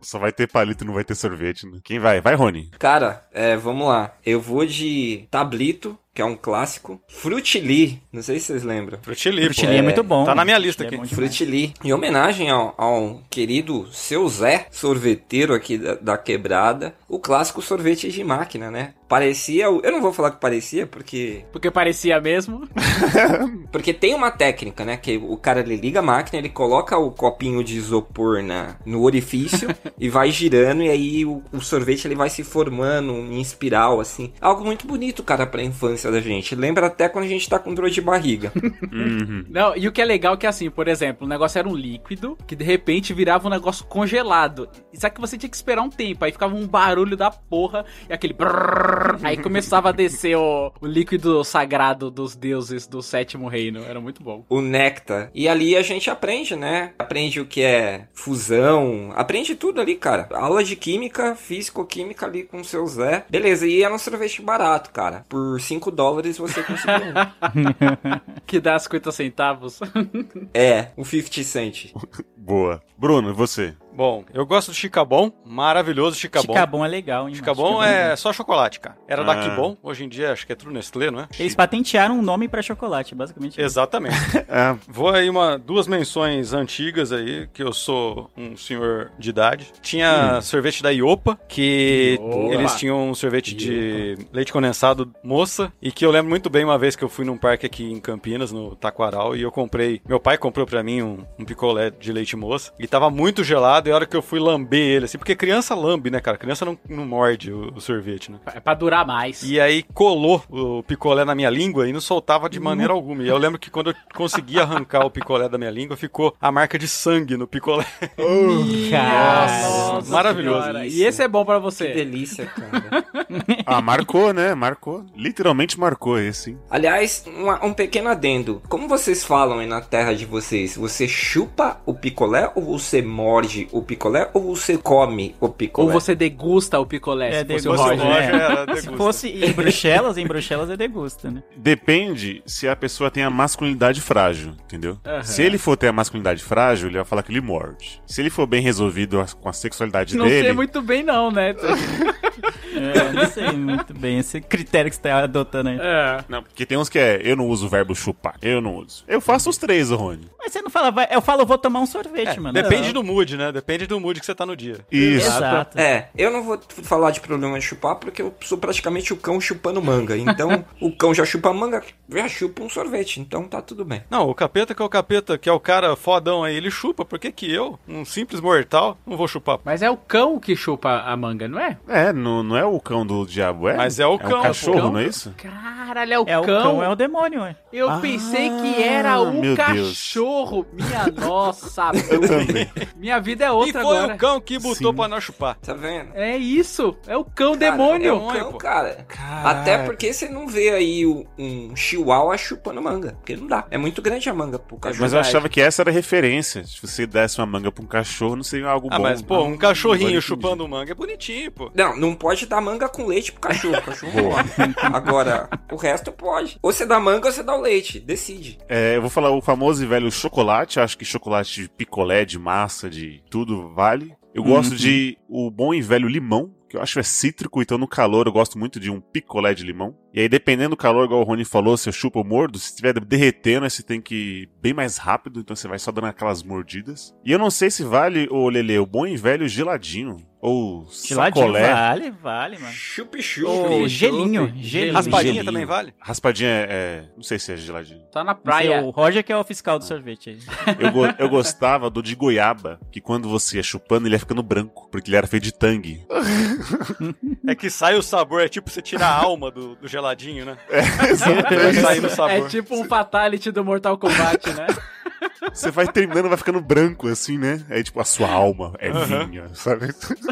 S1: Só vai ter palito, não vai ter sorvete, né? Quem vai? Vai, Rony.
S3: Cara, é, vamos lá. Eu vou de tablito, que é um clássico. Frutili, não sei se vocês lembram.
S5: Frutili, pô.
S2: Chile é, muito bom.
S5: Tá na minha lista
S2: Chile é
S5: aqui.
S2: bom demais.
S3: Frutili. Em homenagem ao, ao querido seu Zé, sorveteiro aqui da, da quebrada, o clássico sorvete de máquina, né? Parecia. o- Eu não vou falar que parecia, porque.
S6: Porque parecia mesmo.
S3: Porque tem uma técnica, né? Que o cara ele liga a máquina, ele coloca o copinho de isopor na, no orifício e vai girando, e aí o, o sorvete ele vai se formando em espiral, assim. Algo muito bonito, cara, pra infância da gente. Lembra até quando a gente tá com dor de barriga.
S1: Uhum.
S6: Não, e o que é legal é que assim, por exemplo, o negócio era um líquido que de repente virava um negócio congelado. Só que você tinha que esperar um tempo, aí ficava um barulho da porra e aquele brrrr, aí começava a descer o, o líquido sagrado dos deuses do sétimo reino. Era muito bom.
S3: o néctar. E ali a gente aprende, né? Aprende o que é fusão, aprende tudo ali, cara. Aula de química, físico-química ali com o seu Zé. Beleza, e era um sorvete barato, cara. Por 5 dólares você conseguiu *laughs* um.
S6: Que dá 50 centavos.
S3: é, um 50 cent.
S1: Boa. Bruno, você.
S5: Bom, eu gosto do Chicabon, maravilhoso Chicabon.
S2: Chicabon é legal, hein? mano?
S5: Chicabon é só chocolate, cara. Era da
S1: Ah.
S5: Kibon, hoje em dia acho que é True Nestlé, não é?
S2: Eles patentearam um nome pra chocolate, basicamente.
S5: Exatamente.
S1: Ah,
S5: Vou aí uma, duas menções antigas aí, que eu sou um senhor de idade. Tinha sorvete da Iopa, que
S6: Iopa.
S5: eles tinham um sorvete de leite condensado moça, e que eu lembro muito bem uma vez que eu fui num parque aqui em Campinas, no Taquaral, e eu comprei, meu pai comprou pra mim um, um picolé de leite moça, e tava muito gelado, e a hora que eu fui lamber ele, assim, porque criança lambe, né, cara? Criança não, não morde o- o sorvete, né?
S6: É pra durar mais.
S5: E aí colou o picolé na minha língua e não soltava de maneira alguma. E eu lembro que quando eu consegui arrancar o picolé da minha língua, ficou a marca de sangue no picolé.
S2: Cara,
S6: Nossa,
S5: maravilhoso.
S6: senhora. E esse é bom pra
S3: *laughs* Que
S6: você.
S3: delícia, cara.
S1: ah, marcou, né? Marcou. Literalmente marcou esse, hein?
S3: Aliás, uma- um pequeno adendo. Como vocês falam aí na terra de vocês? Você chupa o picolé ou você morde o picolé ou você come o picolé?
S6: Ou você degusta o picolé.
S2: É,
S6: se fosse o
S2: degusta o
S6: Roger.
S2: Roger.
S6: né?
S5: era
S2: Se fosse em Bruxelas, em Bruxelas é degusta, né?
S1: Depende se a pessoa tem a masculinidade frágil, entendeu?
S6: Aham.
S1: Se ele for ter a masculinidade frágil, ele vai falar que ele morde. Se ele for bem resolvido as- com a sexualidade
S6: Não
S1: dele.
S6: sei muito bem, não, né?
S2: *laughs* É, não sei muito bem esse critério que você tá adotando aí.
S6: É.
S1: Não, porque tem uns que é, eu não uso o verbo chupar. Eu não uso. Eu faço os três, ô Rony.
S2: Mas você não fala, vai, eu falo, vou tomar um sorvete, mano.
S5: É, Depende
S2: Não.
S5: do mood, né? Depende do mood que você tá no dia.
S1: Isso.
S2: Exato.
S3: É, eu não vou t- falar de problema de chupar porque eu sou praticamente o cão chupando manga. Então, o cão já chupa manga, já chupa um sorvete. Então tá tudo bem.
S5: Não, o capeta que é o capeta, que é o cara fodão aí, ele chupa. Por que que eu, um simples mortal, não vou chupar?
S6: Mas é o cão que chupa a manga, não é?
S1: É, não, não é o cão do diabo, é?
S5: Mas é o cão,
S1: É
S5: pô.
S1: um cachorro,
S6: Cão?
S1: não é isso?
S6: Caralho, é o
S2: É o
S6: cão.
S2: cão, é o demônio, ué.
S6: Eu
S1: Ah,
S6: pensei que era
S1: meu
S6: um
S1: Deus.
S6: cachorro. Minha
S2: *laughs*
S6: nossa,
S1: Eu
S5: *laughs*
S1: também.
S6: minha vida é
S5: e
S6: outra
S5: foi
S6: agora.
S5: o cão que botou
S1: Sim.
S5: pra nós chupar.
S3: Tá vendo?
S6: É isso, é o cão
S3: Cara,
S6: demônio.
S3: é um cão,
S5: pô.
S3: cara.
S5: Caraca.
S3: Até porque você não vê aí o- um chihuahua chupando manga. Porque não dá. É muito grande a manga pro cachorro.
S1: Mas eu achava que essa era a referência. Se você desse uma manga pra um cachorro, não seria algo
S5: Ah,
S1: bom.
S5: mas, pô,
S1: Ah,
S5: um cachorrinho
S1: agora
S5: chupando manga é bonitinho, pô.
S3: Não, não pode dar manga com leite pro cachorro. O cachorro
S1: Boa.
S3: come. Agora, o resto pode. Ou você dá manga ou você dá o leite. Decide.
S1: É, eu vou falar o famoso e velho chocolate. Eu acho que chocolate de picolé, de massa, de tudo vale. Eu
S2: Uhum.
S1: gosto de o bom e velho limão, que eu acho é cítrico, então no calor eu gosto muito de um picolé de limão. E aí, dependendo do calor, igual o Rony falou, se eu chupo ou mordo, se estiver derretendo, aí você tem que ir bem mais rápido, então você vai só dando aquelas mordidas. E eu não sei se vale, ô Lele, o bom e velho geladinho, ou
S2: Geladinho,
S1: sacolé.
S2: vale, vale, mano.
S3: Chup-chup.
S2: Ô, gelinho, gelinho.
S5: Raspadinha
S1: Gelinho.
S5: também vale?
S1: Raspadinha é, é- Não sei se é geladinho.
S6: Tá na
S2: Não sei,
S6: praia.
S2: o Roger que é o fiscal do sorvete aí.
S1: Eu, go- eu gostava do de goiaba, que quando você ia chupando, ele ia ficando branco, porque ele era feito de tangue.
S5: É que sai o sabor, é tipo você tirar a alma do, do geladinho, né?
S1: *laughs*
S2: tá
S5: Vai
S1: É, Exatamente.
S5: saindo o sabor.
S6: É tipo um fatality do Mortal Kombat,
S2: *laughs*
S6: né?
S1: Você vai terminando, vai ficando branco, assim, né? Aí, tipo, a sua alma é
S5: Aham.
S1: vinha, sabe?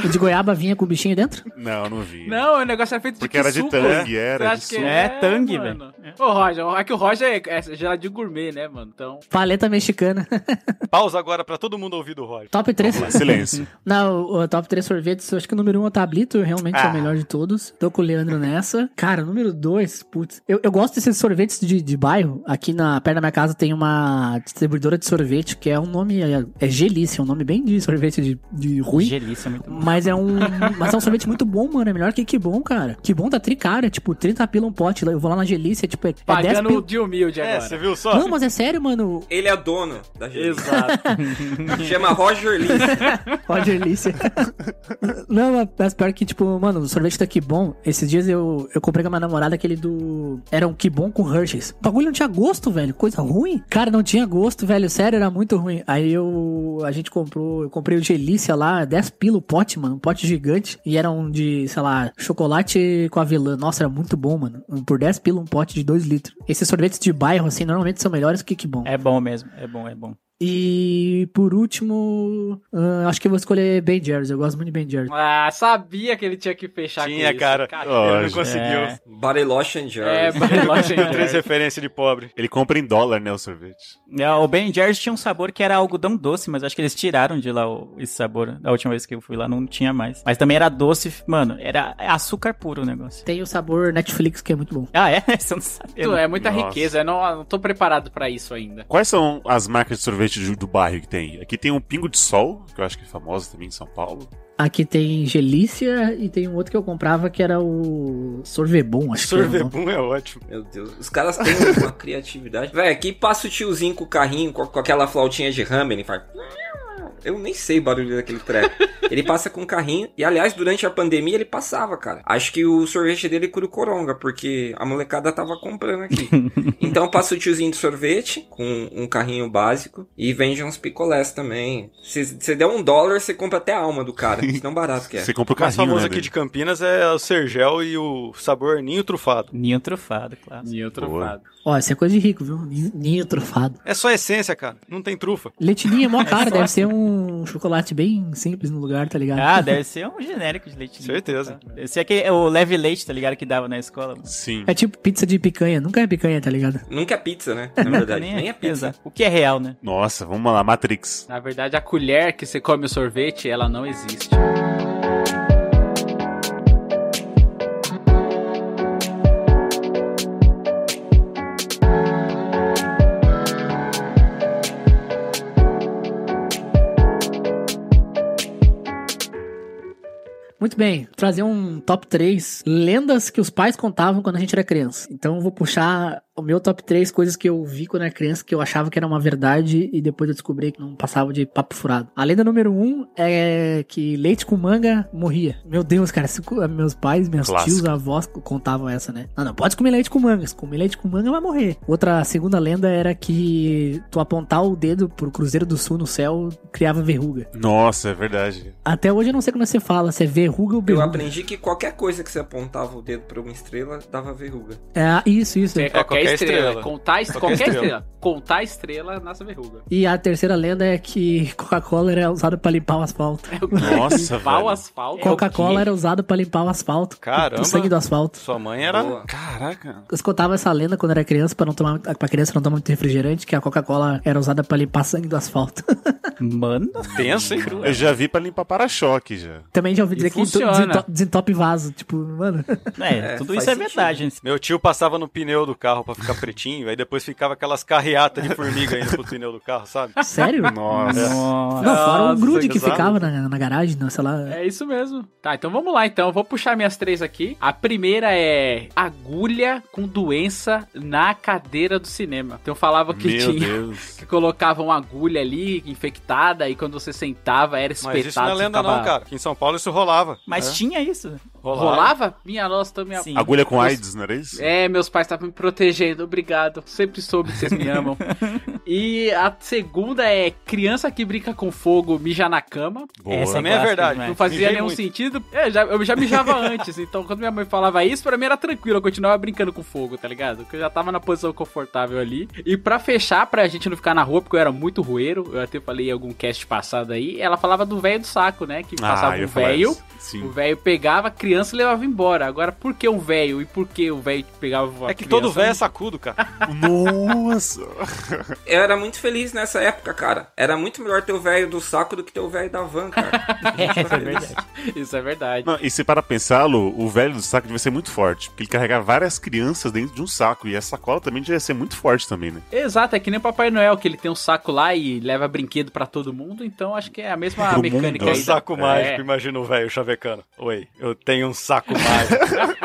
S4: O de goiaba vinha com o bichinho dentro?
S1: Não, não vinha.
S6: Não, o negócio é feito
S1: Porque era de
S6: suco.
S1: tangue,
S6: Você
S1: era.
S6: acha
S1: De
S6: que
S1: suco.
S2: É, tangue,
S6: mano. Ô, Roger, é que o Roger é, é geladinho gourmet, né, mano? Então,
S4: Paleta mexicana. *laughs*
S5: Pausa agora pra todo mundo ouvir do Roger.
S4: top 3.
S1: Vamos lá, silêncio.
S4: Não, o o top 3 sorvetes, eu acho que o número 1 um é o Tablito, realmente é
S1: Ah.
S4: o melhor de todos. Tô com o Leandro nessa. Cara, o número 2, putz. Eu, eu gosto desses sorvetes de, de bairro. Aqui na perto da minha casa tem uma distribuidora de sorvete que é um nome. É, é Gelice, é um nome bem de sorvete de, de ruim.
S2: Gelícia, muito bom.
S4: Mas é um. Mas é um sorvete muito bom, mano. É melhor que que bom, cara. Que bom tá tricário. É tipo 30 pila um pote. Eu vou lá na Gelícia, é, tipo, é, é 10
S6: pagando
S4: pila.
S6: Tá de humilde
S5: É,
S6: agora.
S5: você viu só?
S4: Não, mas é sério, mano.
S3: Ele é dono da gente.
S6: Exato.
S3: *laughs* Chama Roger Lee.
S6: *laughs*
S4: Roger Lícia. Não, mas- mas pior que, tipo, mano, o sorvete tá que bom. Esses dias eu, eu comprei com a minha namorada aquele do. Era um que bom com Hershey's. O bagulho não tinha gosto, velho. Coisa ruim. Cara, não tinha gosto, velho. Sério, era muito ruim. Aí eu. A gente comprou. Eu comprei o Gelícia lá, 10 pila o pote, mano. Um pote gigante. E era um de, sei lá, chocolate com avelã. Nossa, era muito bom, mano. Um Por 10 pila um pote de 2 litros. Esses sorvetes de bairro, assim, normalmente são melhores que que bom.
S2: É bom mesmo, é bom, é bom.
S4: E por último, ah, acho que eu vou escolher Ben Jerry's. Eu gosto muito de Ben Jerry's.
S6: Ah, sabia que ele tinha que fechar
S5: Tinha,
S6: com isso.
S5: cara. Ele não
S1: Lógico.
S5: conseguiu.
S2: É.
S3: Bariloche and Jerry.
S6: É,
S1: *laughs*
S6: Bariloche and
S5: Três
S6: Jerry's.
S5: referências de pobre.
S1: Ele compra em dólar, né, o sorvete.
S2: É, O Ben Jerry's tinha um sabor que era algodão doce, mas acho que eles tiraram de lá o- esse sabor. Da última vez que eu fui lá, não tinha mais. Mas também era doce, mano, era açúcar puro o negócio.
S4: Tem o sabor Netflix que é muito bom.
S2: Ah, é? Você não sabia.
S6: Tu,
S2: não.
S6: É muita
S1: Nossa.
S6: riqueza, eu não, eu não tô preparado pra isso ainda.
S1: Quais são as marcas de sorvete do, do bairro que tem? Aqui tem um Pingo de Sol, que eu acho que é famosa também em São Paulo.
S4: Aqui tem Gelícia e tem um outro que eu comprava que era o Sorvebon, acho que
S5: Sorvebum é ótimo.
S3: Meu Deus, os caras têm uma criatividade. Véi, aqui passa o tiozinho com o carrinho, com, com aquela flautinha de Hammer, ele faz. *laughs* Eu nem sei o barulho daquele treco. Ele passa com o carrinho. E aliás, durante a pandemia ele passava, cara. Acho que o sorvete dele cura o coronga, porque a molecada tava comprando aqui. Então passa o tiozinho de sorvete com um carrinho básico e vende uns picolés também. Se você der um dólar, você compra até a alma do cara. De Tão barato que é.
S1: Você compra o
S5: O mais
S1: carrinho,
S5: famoso
S1: né,
S5: aqui
S1: dele?
S5: de Campinas é o Sergel e o sabor ninho trufado.
S2: Ninho trufado, claro.
S6: Ninho
S1: Boa.
S6: trufado.
S4: não. Ó, isso é coisa de rico, viu? Ninho ninho trufado.
S5: É só essência, cara. Não tem trufa.
S4: Leitinho *laughs* é mó caro, deve ser um chocolate bem simples no lugar, tá ligado?
S2: Ah, deve ser um genérico de
S1: *laughs*
S2: leite. ninho
S5: Certeza.
S2: trufado. Deve ser aquele, o leve leite, tá ligado? Que dava na escola. mano.
S1: Sim.
S4: É tipo pizza de picanha, nunca é picanha, tá ligado?
S3: Nunca é pizza, né? Na verdade,
S2: Nem
S3: nem é pizza.
S2: Exato. O que é real, né?
S1: Nossa, vamos lá, Matrix.
S6: Na verdade, a colher que você come o sorvete, ela não existe.
S4: Muito bem, trazer um top 3 lendas que os pais contavam quando a gente era criança. Então eu vou puxar o meu top 3 coisas que eu vi quando era criança que eu achava que era uma verdade e depois eu descobri que não passava de papo furado. A lenda número 1 é que leite com manga morria. Meu Deus, cara, se co- meus pais, meus
S1: Clássico.
S4: tios, avós contavam essa, né? Não, não, pode comer leite com manga. Se comer leite com manga vai morrer. Outra segunda lenda era que tu apontar o dedo pro Cruzeiro do Sul no céu criava verruga.
S1: Nossa, é verdade.
S4: Até hoje eu não sei como é que você fala, se é verruga ou
S3: Eu
S4: berruga.
S3: aprendi que qualquer coisa que você apontava o dedo pra uma estrela dava verruga.
S4: É, isso, isso.
S6: É, qualquer, estrela.
S5: qualquer estrela.
S6: Contar, est-
S5: Qualquer
S6: qualquer
S5: estrela.
S6: estrela. Contar estrela nasce verruga. *laughs*
S4: E a terceira lenda é que *laughs* Coca-Cola era usada pra limpar o asfalto.
S1: Nossa,
S6: É Limpar o
S1: velho.
S6: asfalto.
S4: Coca-Cola
S6: é o quê?
S4: era usada pra limpar o asfalto.
S5: Caramba.
S4: O sangue do asfalto.
S5: Sua mãe era.
S3: Boa.
S5: Caraca.
S4: Eu escutava essa lenda quando era criança para não tomar para criança não tomar muito refrigerante, que a Coca-Cola era usada pra limpar sangue do asfalto. *laughs*
S2: Mano,
S5: Tenso, hein?
S1: Eu já vi pra limpar para-choque já.
S4: Também já ouvi
S6: E
S4: dizer que
S6: funciona.
S4: desentope, desentope vaso,
S6: *laughs*
S4: tipo, mano.
S2: é,
S3: É,
S2: tudo
S3: faz
S2: isso é
S3: sentido.
S2: verdade. gente.
S5: Meu tio passava no pneu do carro pra ficar pretinho, aí depois ficava aquelas carreatas de formiga indo pro pneu do carro, sabe?
S4: Sério?
S1: Nossa.
S2: Nossa.
S4: Não, fora o
S5: Nossa,
S4: grude que
S5: exato.
S4: ficava na, na garagem, não, sei lá.
S6: É isso mesmo. Tá, então vamos lá então. Eu vou puxar minhas três aqui. A primeira é agulha com doença na cadeira do cinema. Então eu falava que
S1: Meu
S6: tinha.
S1: Deus.
S6: *laughs* Que colocavam agulha ali, infectada, e quando você sentava era espetado.
S5: Mas isso não é
S6: você
S5: lenda,
S6: ficava-
S5: não, cara. Aqui em São Paulo isso rolava. né?
S2: Mas tinha isso.
S6: Rolava? Minha nossa, tô minha.
S2: Sim.
S1: Agulha com AIDS, não era isso?
S6: É, meus pais estavam me protegendo, obrigado. Sempre soube que vocês
S1: *laughs*
S6: me amam. e a segunda é criança que brinca com fogo mija na cama.
S1: Boa.
S2: Essa
S5: Também é
S2: clássica
S5: verdade.
S2: demais.
S6: Não fazia
S5: mijei
S6: nenhum
S5: muito.
S6: sentido. É, já, eu
S1: *laughs*
S6: já mijava antes, então quando minha mãe falava isso, pra mim era tranquilo, eu continuava brincando com fogo, tá ligado? Porque eu já tava na posição confortável ali. E pra fechar, pra gente não ficar na rua, porque eu era muito roeiro, eu até falei em algum cast passado aí, ela falava do velho do saco, né? Que passava
S1: Ah, eu
S6: um
S1: ia falar
S6: velho,
S1: isso.
S6: o
S1: Sim.
S6: velho pegava a criança e levava embora. Agora, por que um velho e por que o velho pegava a
S5: É que todo
S6: criança? né?
S5: velho é sacudo, cara.
S1: Nossa.
S3: Eu era muito feliz nessa época, cara. Era muito melhor ter o velho do saco do que ter o velho da van, cara.
S2: É, isso é verdade.
S6: *laughs* Isso é verdade.
S1: Não, e se para pensá-lo, o velho do saco devia ser muito forte. Porque ele carregava várias crianças dentro de um saco. E a sacola também devia ser muito forte também, né?
S6: Exato, é que nem o Papai Noel, que ele tem um saco lá e leva brinquedo pra todo mundo, então acho que é a mesma
S1: Pro mundo.
S6: mecânica
S5: O
S6: aí. da-
S5: um saco
S6: É.
S5: mágico, imagina o velho chavecano. Oi, eu tenho um *laughs* saco mágico.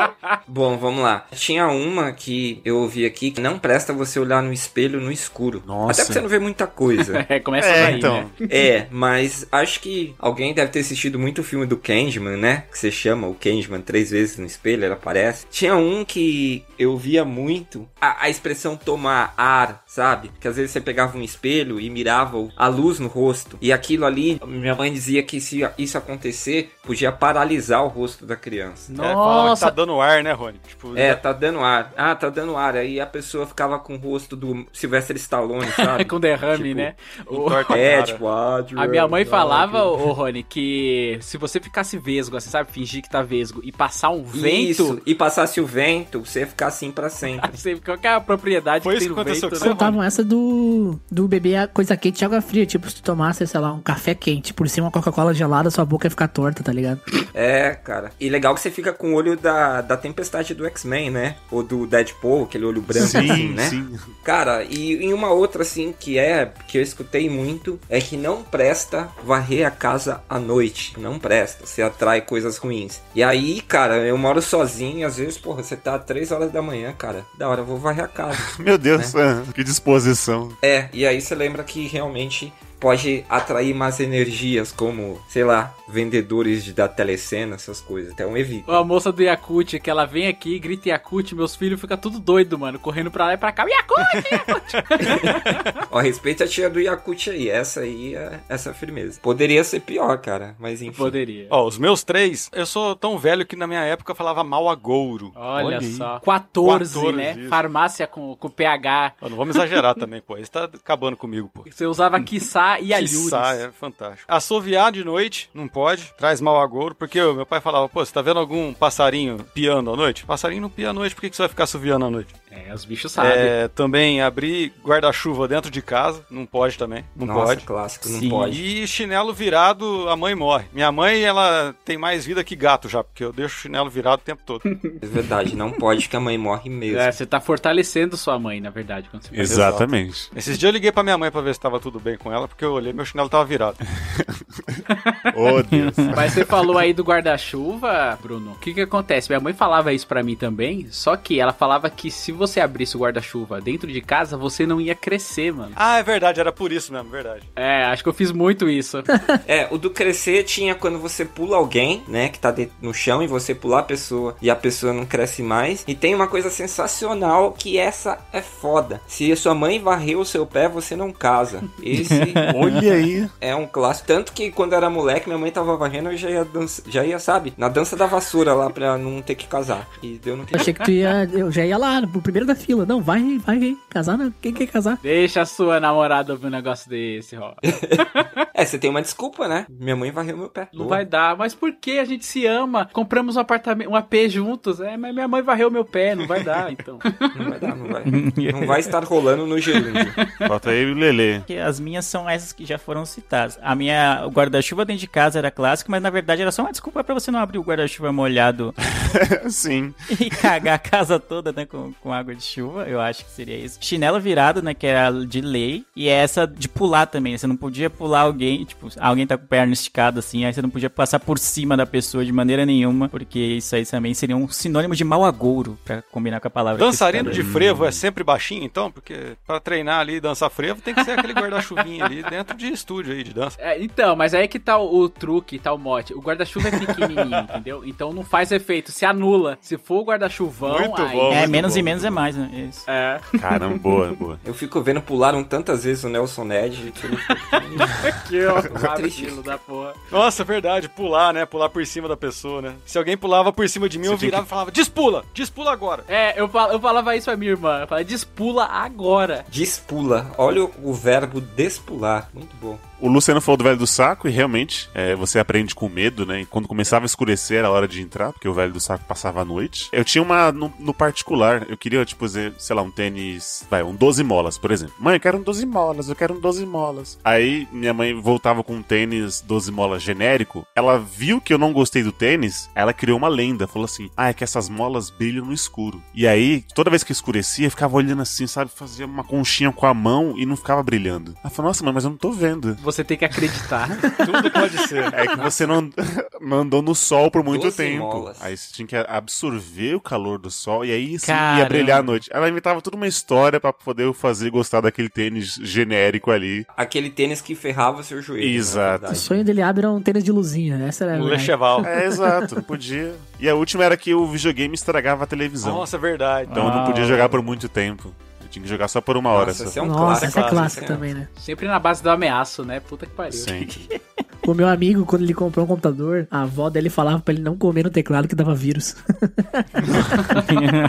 S3: Bom, vamos lá. Tinha uma que eu ouvi aqui que não presta você olhar no espelho no escuro.
S1: Nossa.
S3: Até porque você não vê muita coisa.
S6: É, *laughs* começa
S1: é,
S6: daí,
S1: então.
S6: né?
S3: é, mas acho que alguém deve ter assistido muito o filme do Candyman, né? Que você chama o Candyman três vezes no espelho, ele aparece. Tinha um que eu via muito, a, a expressão tomar ar, sabe? Que às vezes você pegava um espelho e mirava o- a luz no rosto. E aquilo ali, minha mãe dizia que se isso acontecer, podia paralisar o rosto da criança.
S5: É, falava que tá
S6: Nossa,
S5: dando ar, né, Rony? Tipo,
S3: É, tá dando ar. Ah, tá dando ar. Aí a pessoa ficava com o rosto do Sylvester
S6: *laughs*
S3: Stallone,
S6: é
S3: sabe?
S6: com derrame,
S3: Tipo,
S6: né? O-
S5: torta a
S3: É,
S5: cara.
S3: tipo, áudio.
S6: a minha mãe falava, ô Rony, que se você ficasse vesgo, você sabe, fingir que tá vesgo e passar um
S3: Isso,
S6: *laughs* vento,
S3: e passasse o vento, você ia ficar assim pra
S1: *laughs*
S3: sempre.
S6: você, qual que é a propriedade
S5: Foi
S6: que tem
S5: isso
S6: no
S5: que aconteceu
S6: vento,
S5: com
S6: né?
S5: você?
S4: Contavam essa do, do beber a coisa quente e água fria. Tipo, se tu tomasse, sei lá, um café quente por cima uma Coca-Cola gelada, sua boca ia ficar torta, tá ligado?
S3: É, cara. E legal que você fica com o olho da, da tempestade do X-Men, né? Ou do Deadpool, aquele olho branco, assim,
S1: Sim,
S3: né?
S1: sim.
S3: Cara, e, e uma outra, assim, que é, que eu escutei muito, é que não presta varrer a casa à noite. Não presta, você atrai coisas ruins. E aí, cara, eu moro sozinho e às vezes, porra, você tá às 3 horas da manhã, cara. Da hora, eu vou varrer a casa.
S1: Meu
S6: Né?
S1: Deus, ah, que disposição.
S3: é, e aí você lembra que realmente pode atrair más energias, como, sei lá, vendedores de, da telecena, essas coisas. Então evita.
S6: A moça do Yakut, que ela vem aqui, grita Yakut, meus filhos ficam tudo doido, mano, correndo pra lá e pra cá. Yakut!
S3: Ó, respeita a tia do Yakut aí. Essa aí é essa é a firmeza. Poderia ser pior, cara, mas enfim.
S6: Poderia.
S5: Ó, os meus três, eu sou tão velho que na minha época eu falava mal a gouro.
S6: Olha,
S1: aí.
S6: só. 14,
S5: 14,
S6: né?
S5: isso.
S6: Farmácia com, com PH.
S5: Ó, não vamos *laughs* exagerar também, pô. Isso tá acabando comigo, pô.
S6: Você usava Kissá e Alhures.
S5: Quiçá, é fantástico. Assoviar de noite, não pode, traz mal a gouro, porque o meu pai falava, pô, você tá vendo algum passarinho piando à noite? Passarinho não pia à noite, por que, que você vai ficar assoviando à noite?
S6: É, os bichos sabem.
S5: É, também abrir guarda-chuva dentro de casa, não pode também, não
S3: Nossa,
S5: pode.
S3: clássico, não
S2: Sim.
S3: pode.
S5: E chinelo virado, a mãe morre. Minha mãe, ela tem mais vida que gato já, porque eu deixo o chinelo virado o tempo todo.
S1: *laughs*
S3: É verdade, não pode que a mãe morre mesmo.
S6: É, você tá fortalecendo sua mãe, na verdade, quando você
S1: Exatamente.
S5: Esses dias eu liguei pra minha mãe pra ver se tava tudo bem com ela, porque eu olhei meu chinelo tava virado.
S1: Ô, Deus. *laughs*
S6: Mas você falou aí do guarda-chuva, Bruno. O que que acontece? Minha mãe falava isso pra mim também, só que ela falava que se você abrisse o guarda-chuva dentro de casa, você não ia crescer, mano.
S5: Ah, é verdade, era por isso mesmo, verdade.
S6: É, acho que eu fiz muito isso.
S3: É, o do crescer tinha quando você pula alguém, né? Que tá de- no chão e você pular a pessoa e a pessoa não cresce mais. E tem uma coisa sensacional que essa é foda. Se a sua mãe varrer o seu pé, você não casa. Esse
S1: *laughs* Olha aí.
S3: é um clássico. Tanto que quando eu era moleque, minha mãe tava varrendo, eu já ia, dança, já ia sabe? Na dança da vassoura lá pra não ter que casar. E deu no que.
S4: Eu achei que tu ia. Eu já ia lá, pro primeiro da fila. Não, vai, vai, casar, não. Quem quer casar?
S6: Deixa a sua namorada ouvir um negócio desse, ó.
S2: *laughs*
S3: É, você tem uma desculpa, né? Minha mãe varreu meu pé.
S6: Não
S3: Boa.
S6: vai dar, mas por que a gente se ama? Compramos um apartamento, um AP juntos. É, mas minha mãe varreu meu pé, não vai
S2: *laughs*
S6: dar, então.
S3: Não vai dar, não vai. não vai estar rolando no gerúndio.
S1: Bota aí o Lelê.
S2: Porque as minhas são essas que já foram citadas. A minha o guarda-chuva dentro de casa era clássico, mas na verdade era só uma ah, desculpa é pra você não abrir o guarda-chuva molhado *laughs*
S1: Sim.
S2: e cagar a casa toda, né, com, com água de chuva. Eu acho que seria isso. Chinelo virado, né, que era de lei. E essa de pular também. Você não podia pular alguém, tipo, alguém tá com a perna esticada assim, aí você não podia passar por cima da pessoa de maneira nenhuma, porque isso aí também seria um sinônimo de mau agouro, pra combinar com a palavra. que
S5: Dançarino
S2: citaram.
S5: de frevo é sempre baixinho, então? Porque pra treinar ali e dançar frevo tem que ser aquele guarda-chuvinha ali dentro de estúdio aí de dança.
S6: É, então, mas aí que tá o, o truque, tá o mote. O guarda-chuva é
S2: *laughs*
S6: pequenininho, entendeu? Então não faz efeito, se anula. Se for o guarda-chuvão,
S1: Muito
S6: aí...
S1: bom.
S2: É,
S1: Muito
S2: menos
S1: bom,
S2: e menos é
S1: muito
S2: mais, né? Isso.
S6: É.
S1: Caramba, boa, boa.
S3: Eu fico vendo pularam tantas vezes o Nelson Ned que é ele
S6: Que *laughs* horror, estilo da porra.
S5: Nossa, verdade, pular, né? Pular por cima da pessoa, né? Se alguém pulava por cima de mim, eu
S1: tinha
S5: virava e falava, despula, despula agora.
S6: É, eu, fal- eu falava isso pra minha irmã. Eu falava, despula agora.
S3: Despula. Olha o, o verbo despular. Muito bom.
S1: O Luciano falou do Velho do Saco e realmente é, você aprende com medo, né? E quando começava a escurecer era a hora de entrar, porque o Velho do Saco passava a noite. Eu tinha uma no, no particular, eu queria, tipo, dizer, sei lá, um tênis, vai, um 12 molas, por exemplo. Mãe, eu quero um 12 molas, eu quero um 12 molas. Aí minha mãe voltava com um tênis 12 molas genérico, ela viu que eu não gostei do tênis, ela criou uma lenda, falou assim: ah, é que essas molas brilham no escuro. E aí, toda vez que escurecia, eu ficava olhando assim, sabe, fazia uma conchinha com a mão e não ficava brilhando. Ela falou: nossa, mãe, mas eu não tô vendo.
S6: Você tem
S1: *laughs*
S6: que acreditar.
S5: Tudo pode ser.
S1: É que você não, *laughs* não andou no sol por muito
S3: Doze
S1: tempo.
S3: molas.
S1: Aí você tinha que absorver o calor do sol e aí sim, ia
S2: Caramba.
S1: brilhar à noite. Ela inventava toda uma história pra poder eu fazer gostar daquele tênis genérico ali.
S3: Aquele tênis que ferrava o seu joelho. né, na
S1: Exato.
S4: O
S3: verdade.
S4: sonho dele abre um tênis de luzinha. Essa era a
S5: O
S4: verdade.
S5: Lecheval.
S1: É, exato, não podia. E a última era que o videogame estragava a televisão.
S5: Nossa, é verdade.
S1: Então eu não
S2: Ah.
S1: podia jogar por muito tempo. Eu tinha que jogar só por uma hora
S3: Nossa, esse
S1: só.
S3: é um
S4: Nossa,
S3: clássico.
S4: essa é clássica
S3: Esse é um-
S4: também, né?
S6: Sempre na base do ameaço, né? Puta que pariu.
S1: Sim.
S4: O meu amigo, quando ele comprou um computador, a avó dele falava pra ele não comer no teclado que dava vírus. *laughs*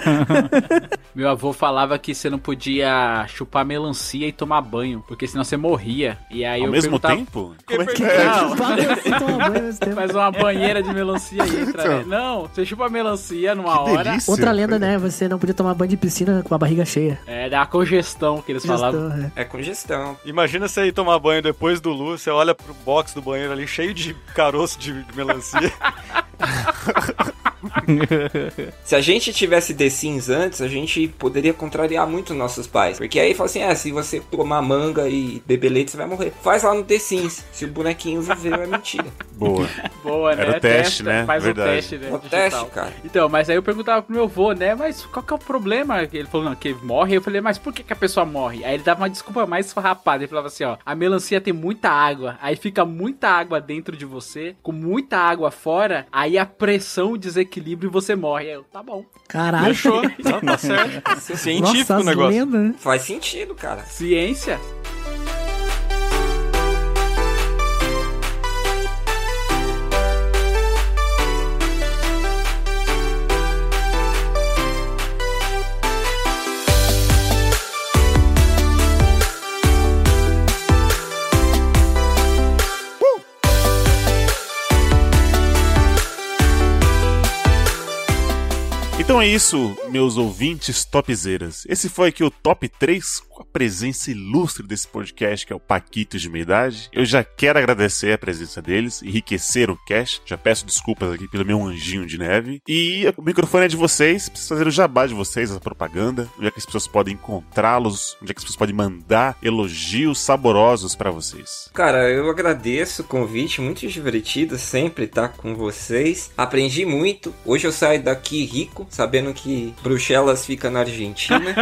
S6: Meu avô falava que você não podia chupar melancia e tomar banho, porque senão você morria. E aí
S1: Ao
S6: eu
S1: mesmo
S6: perguntava,
S1: tempo? Como é que
S4: Quem
S1: é?
S4: quer chupar, você toma banho ao mesmo tempo.
S6: Faz uma banheira de melancia e
S1: *laughs*
S6: entra, né? Não, você chupa melancia numa
S1: Então. Que
S6: hora.
S1: delícia.
S4: Outra lenda, né? Você não podia tomar banho de piscina com a barriga cheia.
S6: É, dá uma congestão que eles falavam.
S4: Gestão, é.
S3: É congestão.
S5: Imagina você ir tomar banho depois do Lu, você olha pro box do banheiro ali cheio de caroço de de melancia.
S3: Se a gente tivesse The Sims antes, a gente poderia contrariar muito nossos pais. Porque aí fala assim: é, se você tomar manga e beber leite, você vai morrer. Faz lá no The Sims. Se o bonequinho viveu, é mentira.
S4: *laughs*
S1: Boa.
S6: Boa, né?
S1: Era o teste, né?
S6: Faz
S1: Verdade.
S6: o teste, né?
S3: O
S6: digital.
S3: teste, cara.
S6: Então, mas aí eu perguntava pro meu avô, né? Mas qual que é o problema? Ele falou, não, que morre. Eu falei, mas por que, que a pessoa morre? Aí ele dava uma desculpa mais farrapada. Ele falava assim, ó, a melancia tem muita água. Aí fica muita água dentro de você, com muita água fora. Aí a pressão, o desequilíbrio e você morre. Aí eu, tá bom.
S4: é. Caralho.
S5: *laughs* Fechou. Não, tá certo. Científico
S4: Nossa,
S5: o negócio.
S4: lenda, né?
S3: Faz sentido, cara.
S6: Ciência?
S1: Então é isso, meus ouvintes topzeiras. Esse foi aqui o Top 3 com a presença ilustre desse podcast, que é o Paquito de Meia Idade. Eu já quero agradecer a presença deles, enriquecer o cast. Já peço desculpas aqui pelo meu anjinho de neve. E o microfone é de vocês, preciso fazer o jabá de vocês, a propaganda, onde é que as pessoas podem encontrá-los, onde é que as pessoas podem mandar elogios saborosos pra vocês.
S3: Cara, eu agradeço o convite, muito divertido sempre estar com vocês. Aprendi muito. Hoje eu saio daqui rico, sabendo que Bruxelas fica na Argentina.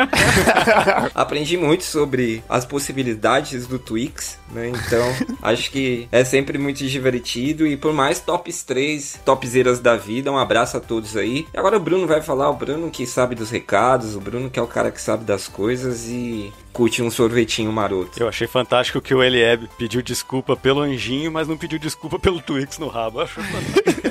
S3: Aprendi muito sobre as possibilidades do Twix, né? Então, acho que é sempre muito divertido. E por mais tops 3, topzeiras da vida, um abraço a todos aí. E agora o Bruno vai falar, o Bruno que sabe dos recados, o Bruno que é o cara que sabe das coisas e curte um sorvetinho maroto.
S5: Eu achei fantástico que o Elieb pediu desculpa pelo anjinho, mas não pediu desculpa pelo Twix no rabo. Eu Acho fantástico.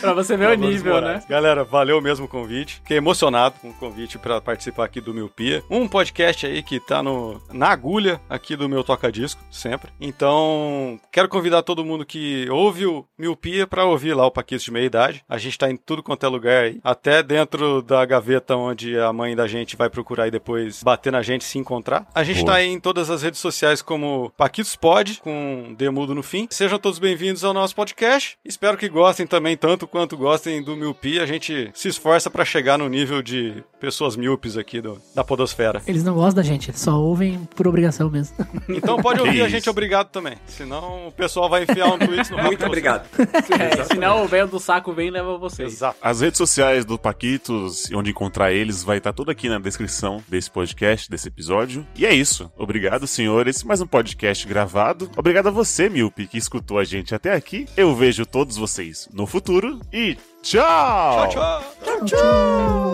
S2: Pra você ver o
S5: Bruno
S2: é nível,
S5: Moraes.
S2: né?
S5: Galera, valeu mesmo o convite. Fiquei emocionado com o convite pra participar aqui do Miopia. Um podcast aí que tá no, na agulha aqui do meu toca-disco, sempre. Então, quero convidar todo mundo que ouve o Miopia pra ouvir lá o Paquito de Meia Idade. A gente tá em tudo quanto é lugar aí. Até dentro da gaveta onde a mãe da gente vai procurar e depois bater na gente se encontrar. A gente
S1: Boa.
S5: tá aí em todas as redes sociais como Paquitos Pod, com Demudo no fim. Sejam todos bem-vindos ao nosso podcast. Espero que gostem também, tanto quanto gostem do Miopia. A gente se esforça pra chegar no nível de pessoas míopes aqui do- da podosfera.
S4: Eles não gostam da gente, só ouvem por obrigação mesmo.
S5: Então pode
S1: Que
S5: ouvir a
S1: isso.
S5: gente obrigado também. Senão o pessoal vai enfiar um tweet no rabo de
S3: Muito
S5: vocês.
S3: obrigado.
S6: É, senão o velho do saco vem e leva vocês.
S5: Exato.
S1: As redes sociais do Paquitos e onde encontrar eles vai estar tudo aqui na descrição desse podcast, desse episódio. E é isso. Obrigado, senhores. Mais um podcast gravado. Obrigado a você, Milpe, que escutou a gente até aqui. Eu vejo todos vocês no futuro e tchau!
S5: Tchau, tchau.
S4: Tchau.